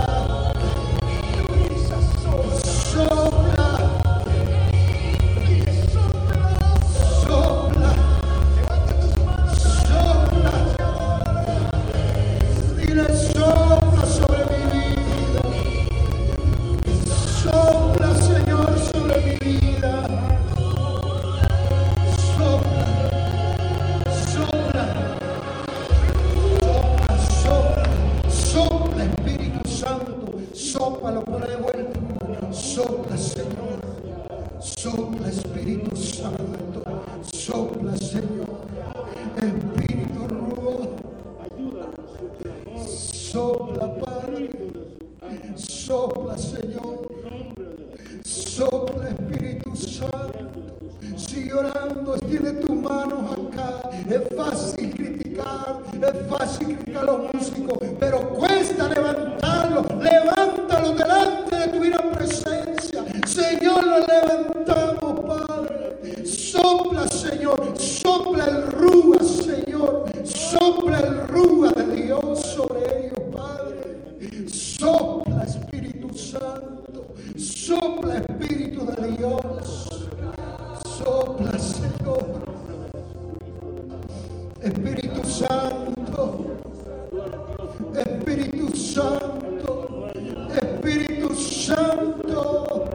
[SPEAKER 1] dile sopla sobre mi vida, sopla Señor sobre mi vida. Sopla, sopla, sopla, sopla, sopla, Espíritu Santo, sóplalo, ponlo de vuelta, sopla, Señor, sopla, Espíritu Santo, sopla, Señor, Espíritu Rudo, sopla, Padre, sopla, Señor, sopla, Espíritu Santo. Si orando, tiene tus manos acá. Es fácil criticar, es fácil criticar a los músicos, pero cuesta levantarlos. Levántalo delante de tu gran presencia. Señor, lo levantamos, Padre. Sopla, Señor, sopla el rúa, Señor. Sopla el rúa de Dios sobre ellos, Padre. Sopla, Espíritu Santo. Sopla Espíritu de Dios. Sopla Señor. Espíritu Santo. Espíritu Santo. Espíritu Santo.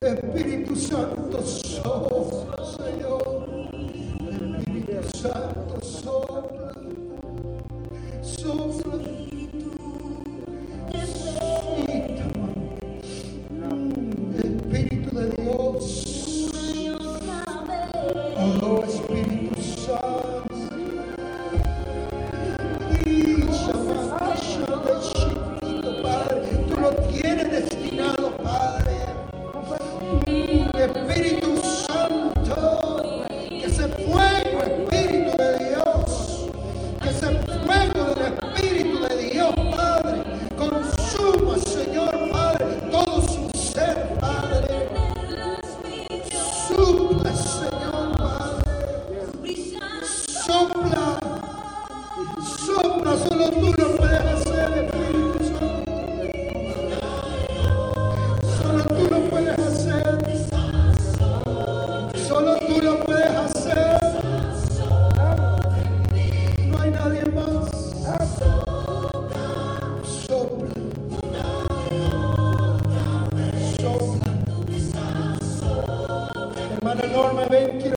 [SPEAKER 1] Espíritu Santo sopla, Señor. Espíritu Santo sopla. Sopla. Mm, Espíritu de Dios. Oh Espíritu Santo. Sí, Shabbat, Shabbat, Shabbat, Padre, tú lo tienes destinado, Padre. Espíritu Santo, que ese fuego, Espíritu de Dios, que ese fuego del Espíritu de Dios, Padre, consuma, Señor, Padre, todo su ser, Padre. Supla, Señor, Padre, sopla. Sopla, solo tú lo puedes hacer, Espíritu Santo. Solo tú lo puedes hacer. Solo tú lo puedes hacer. No hay nadie más. Sopla. Sopla. Hermana Norma, ven, quiero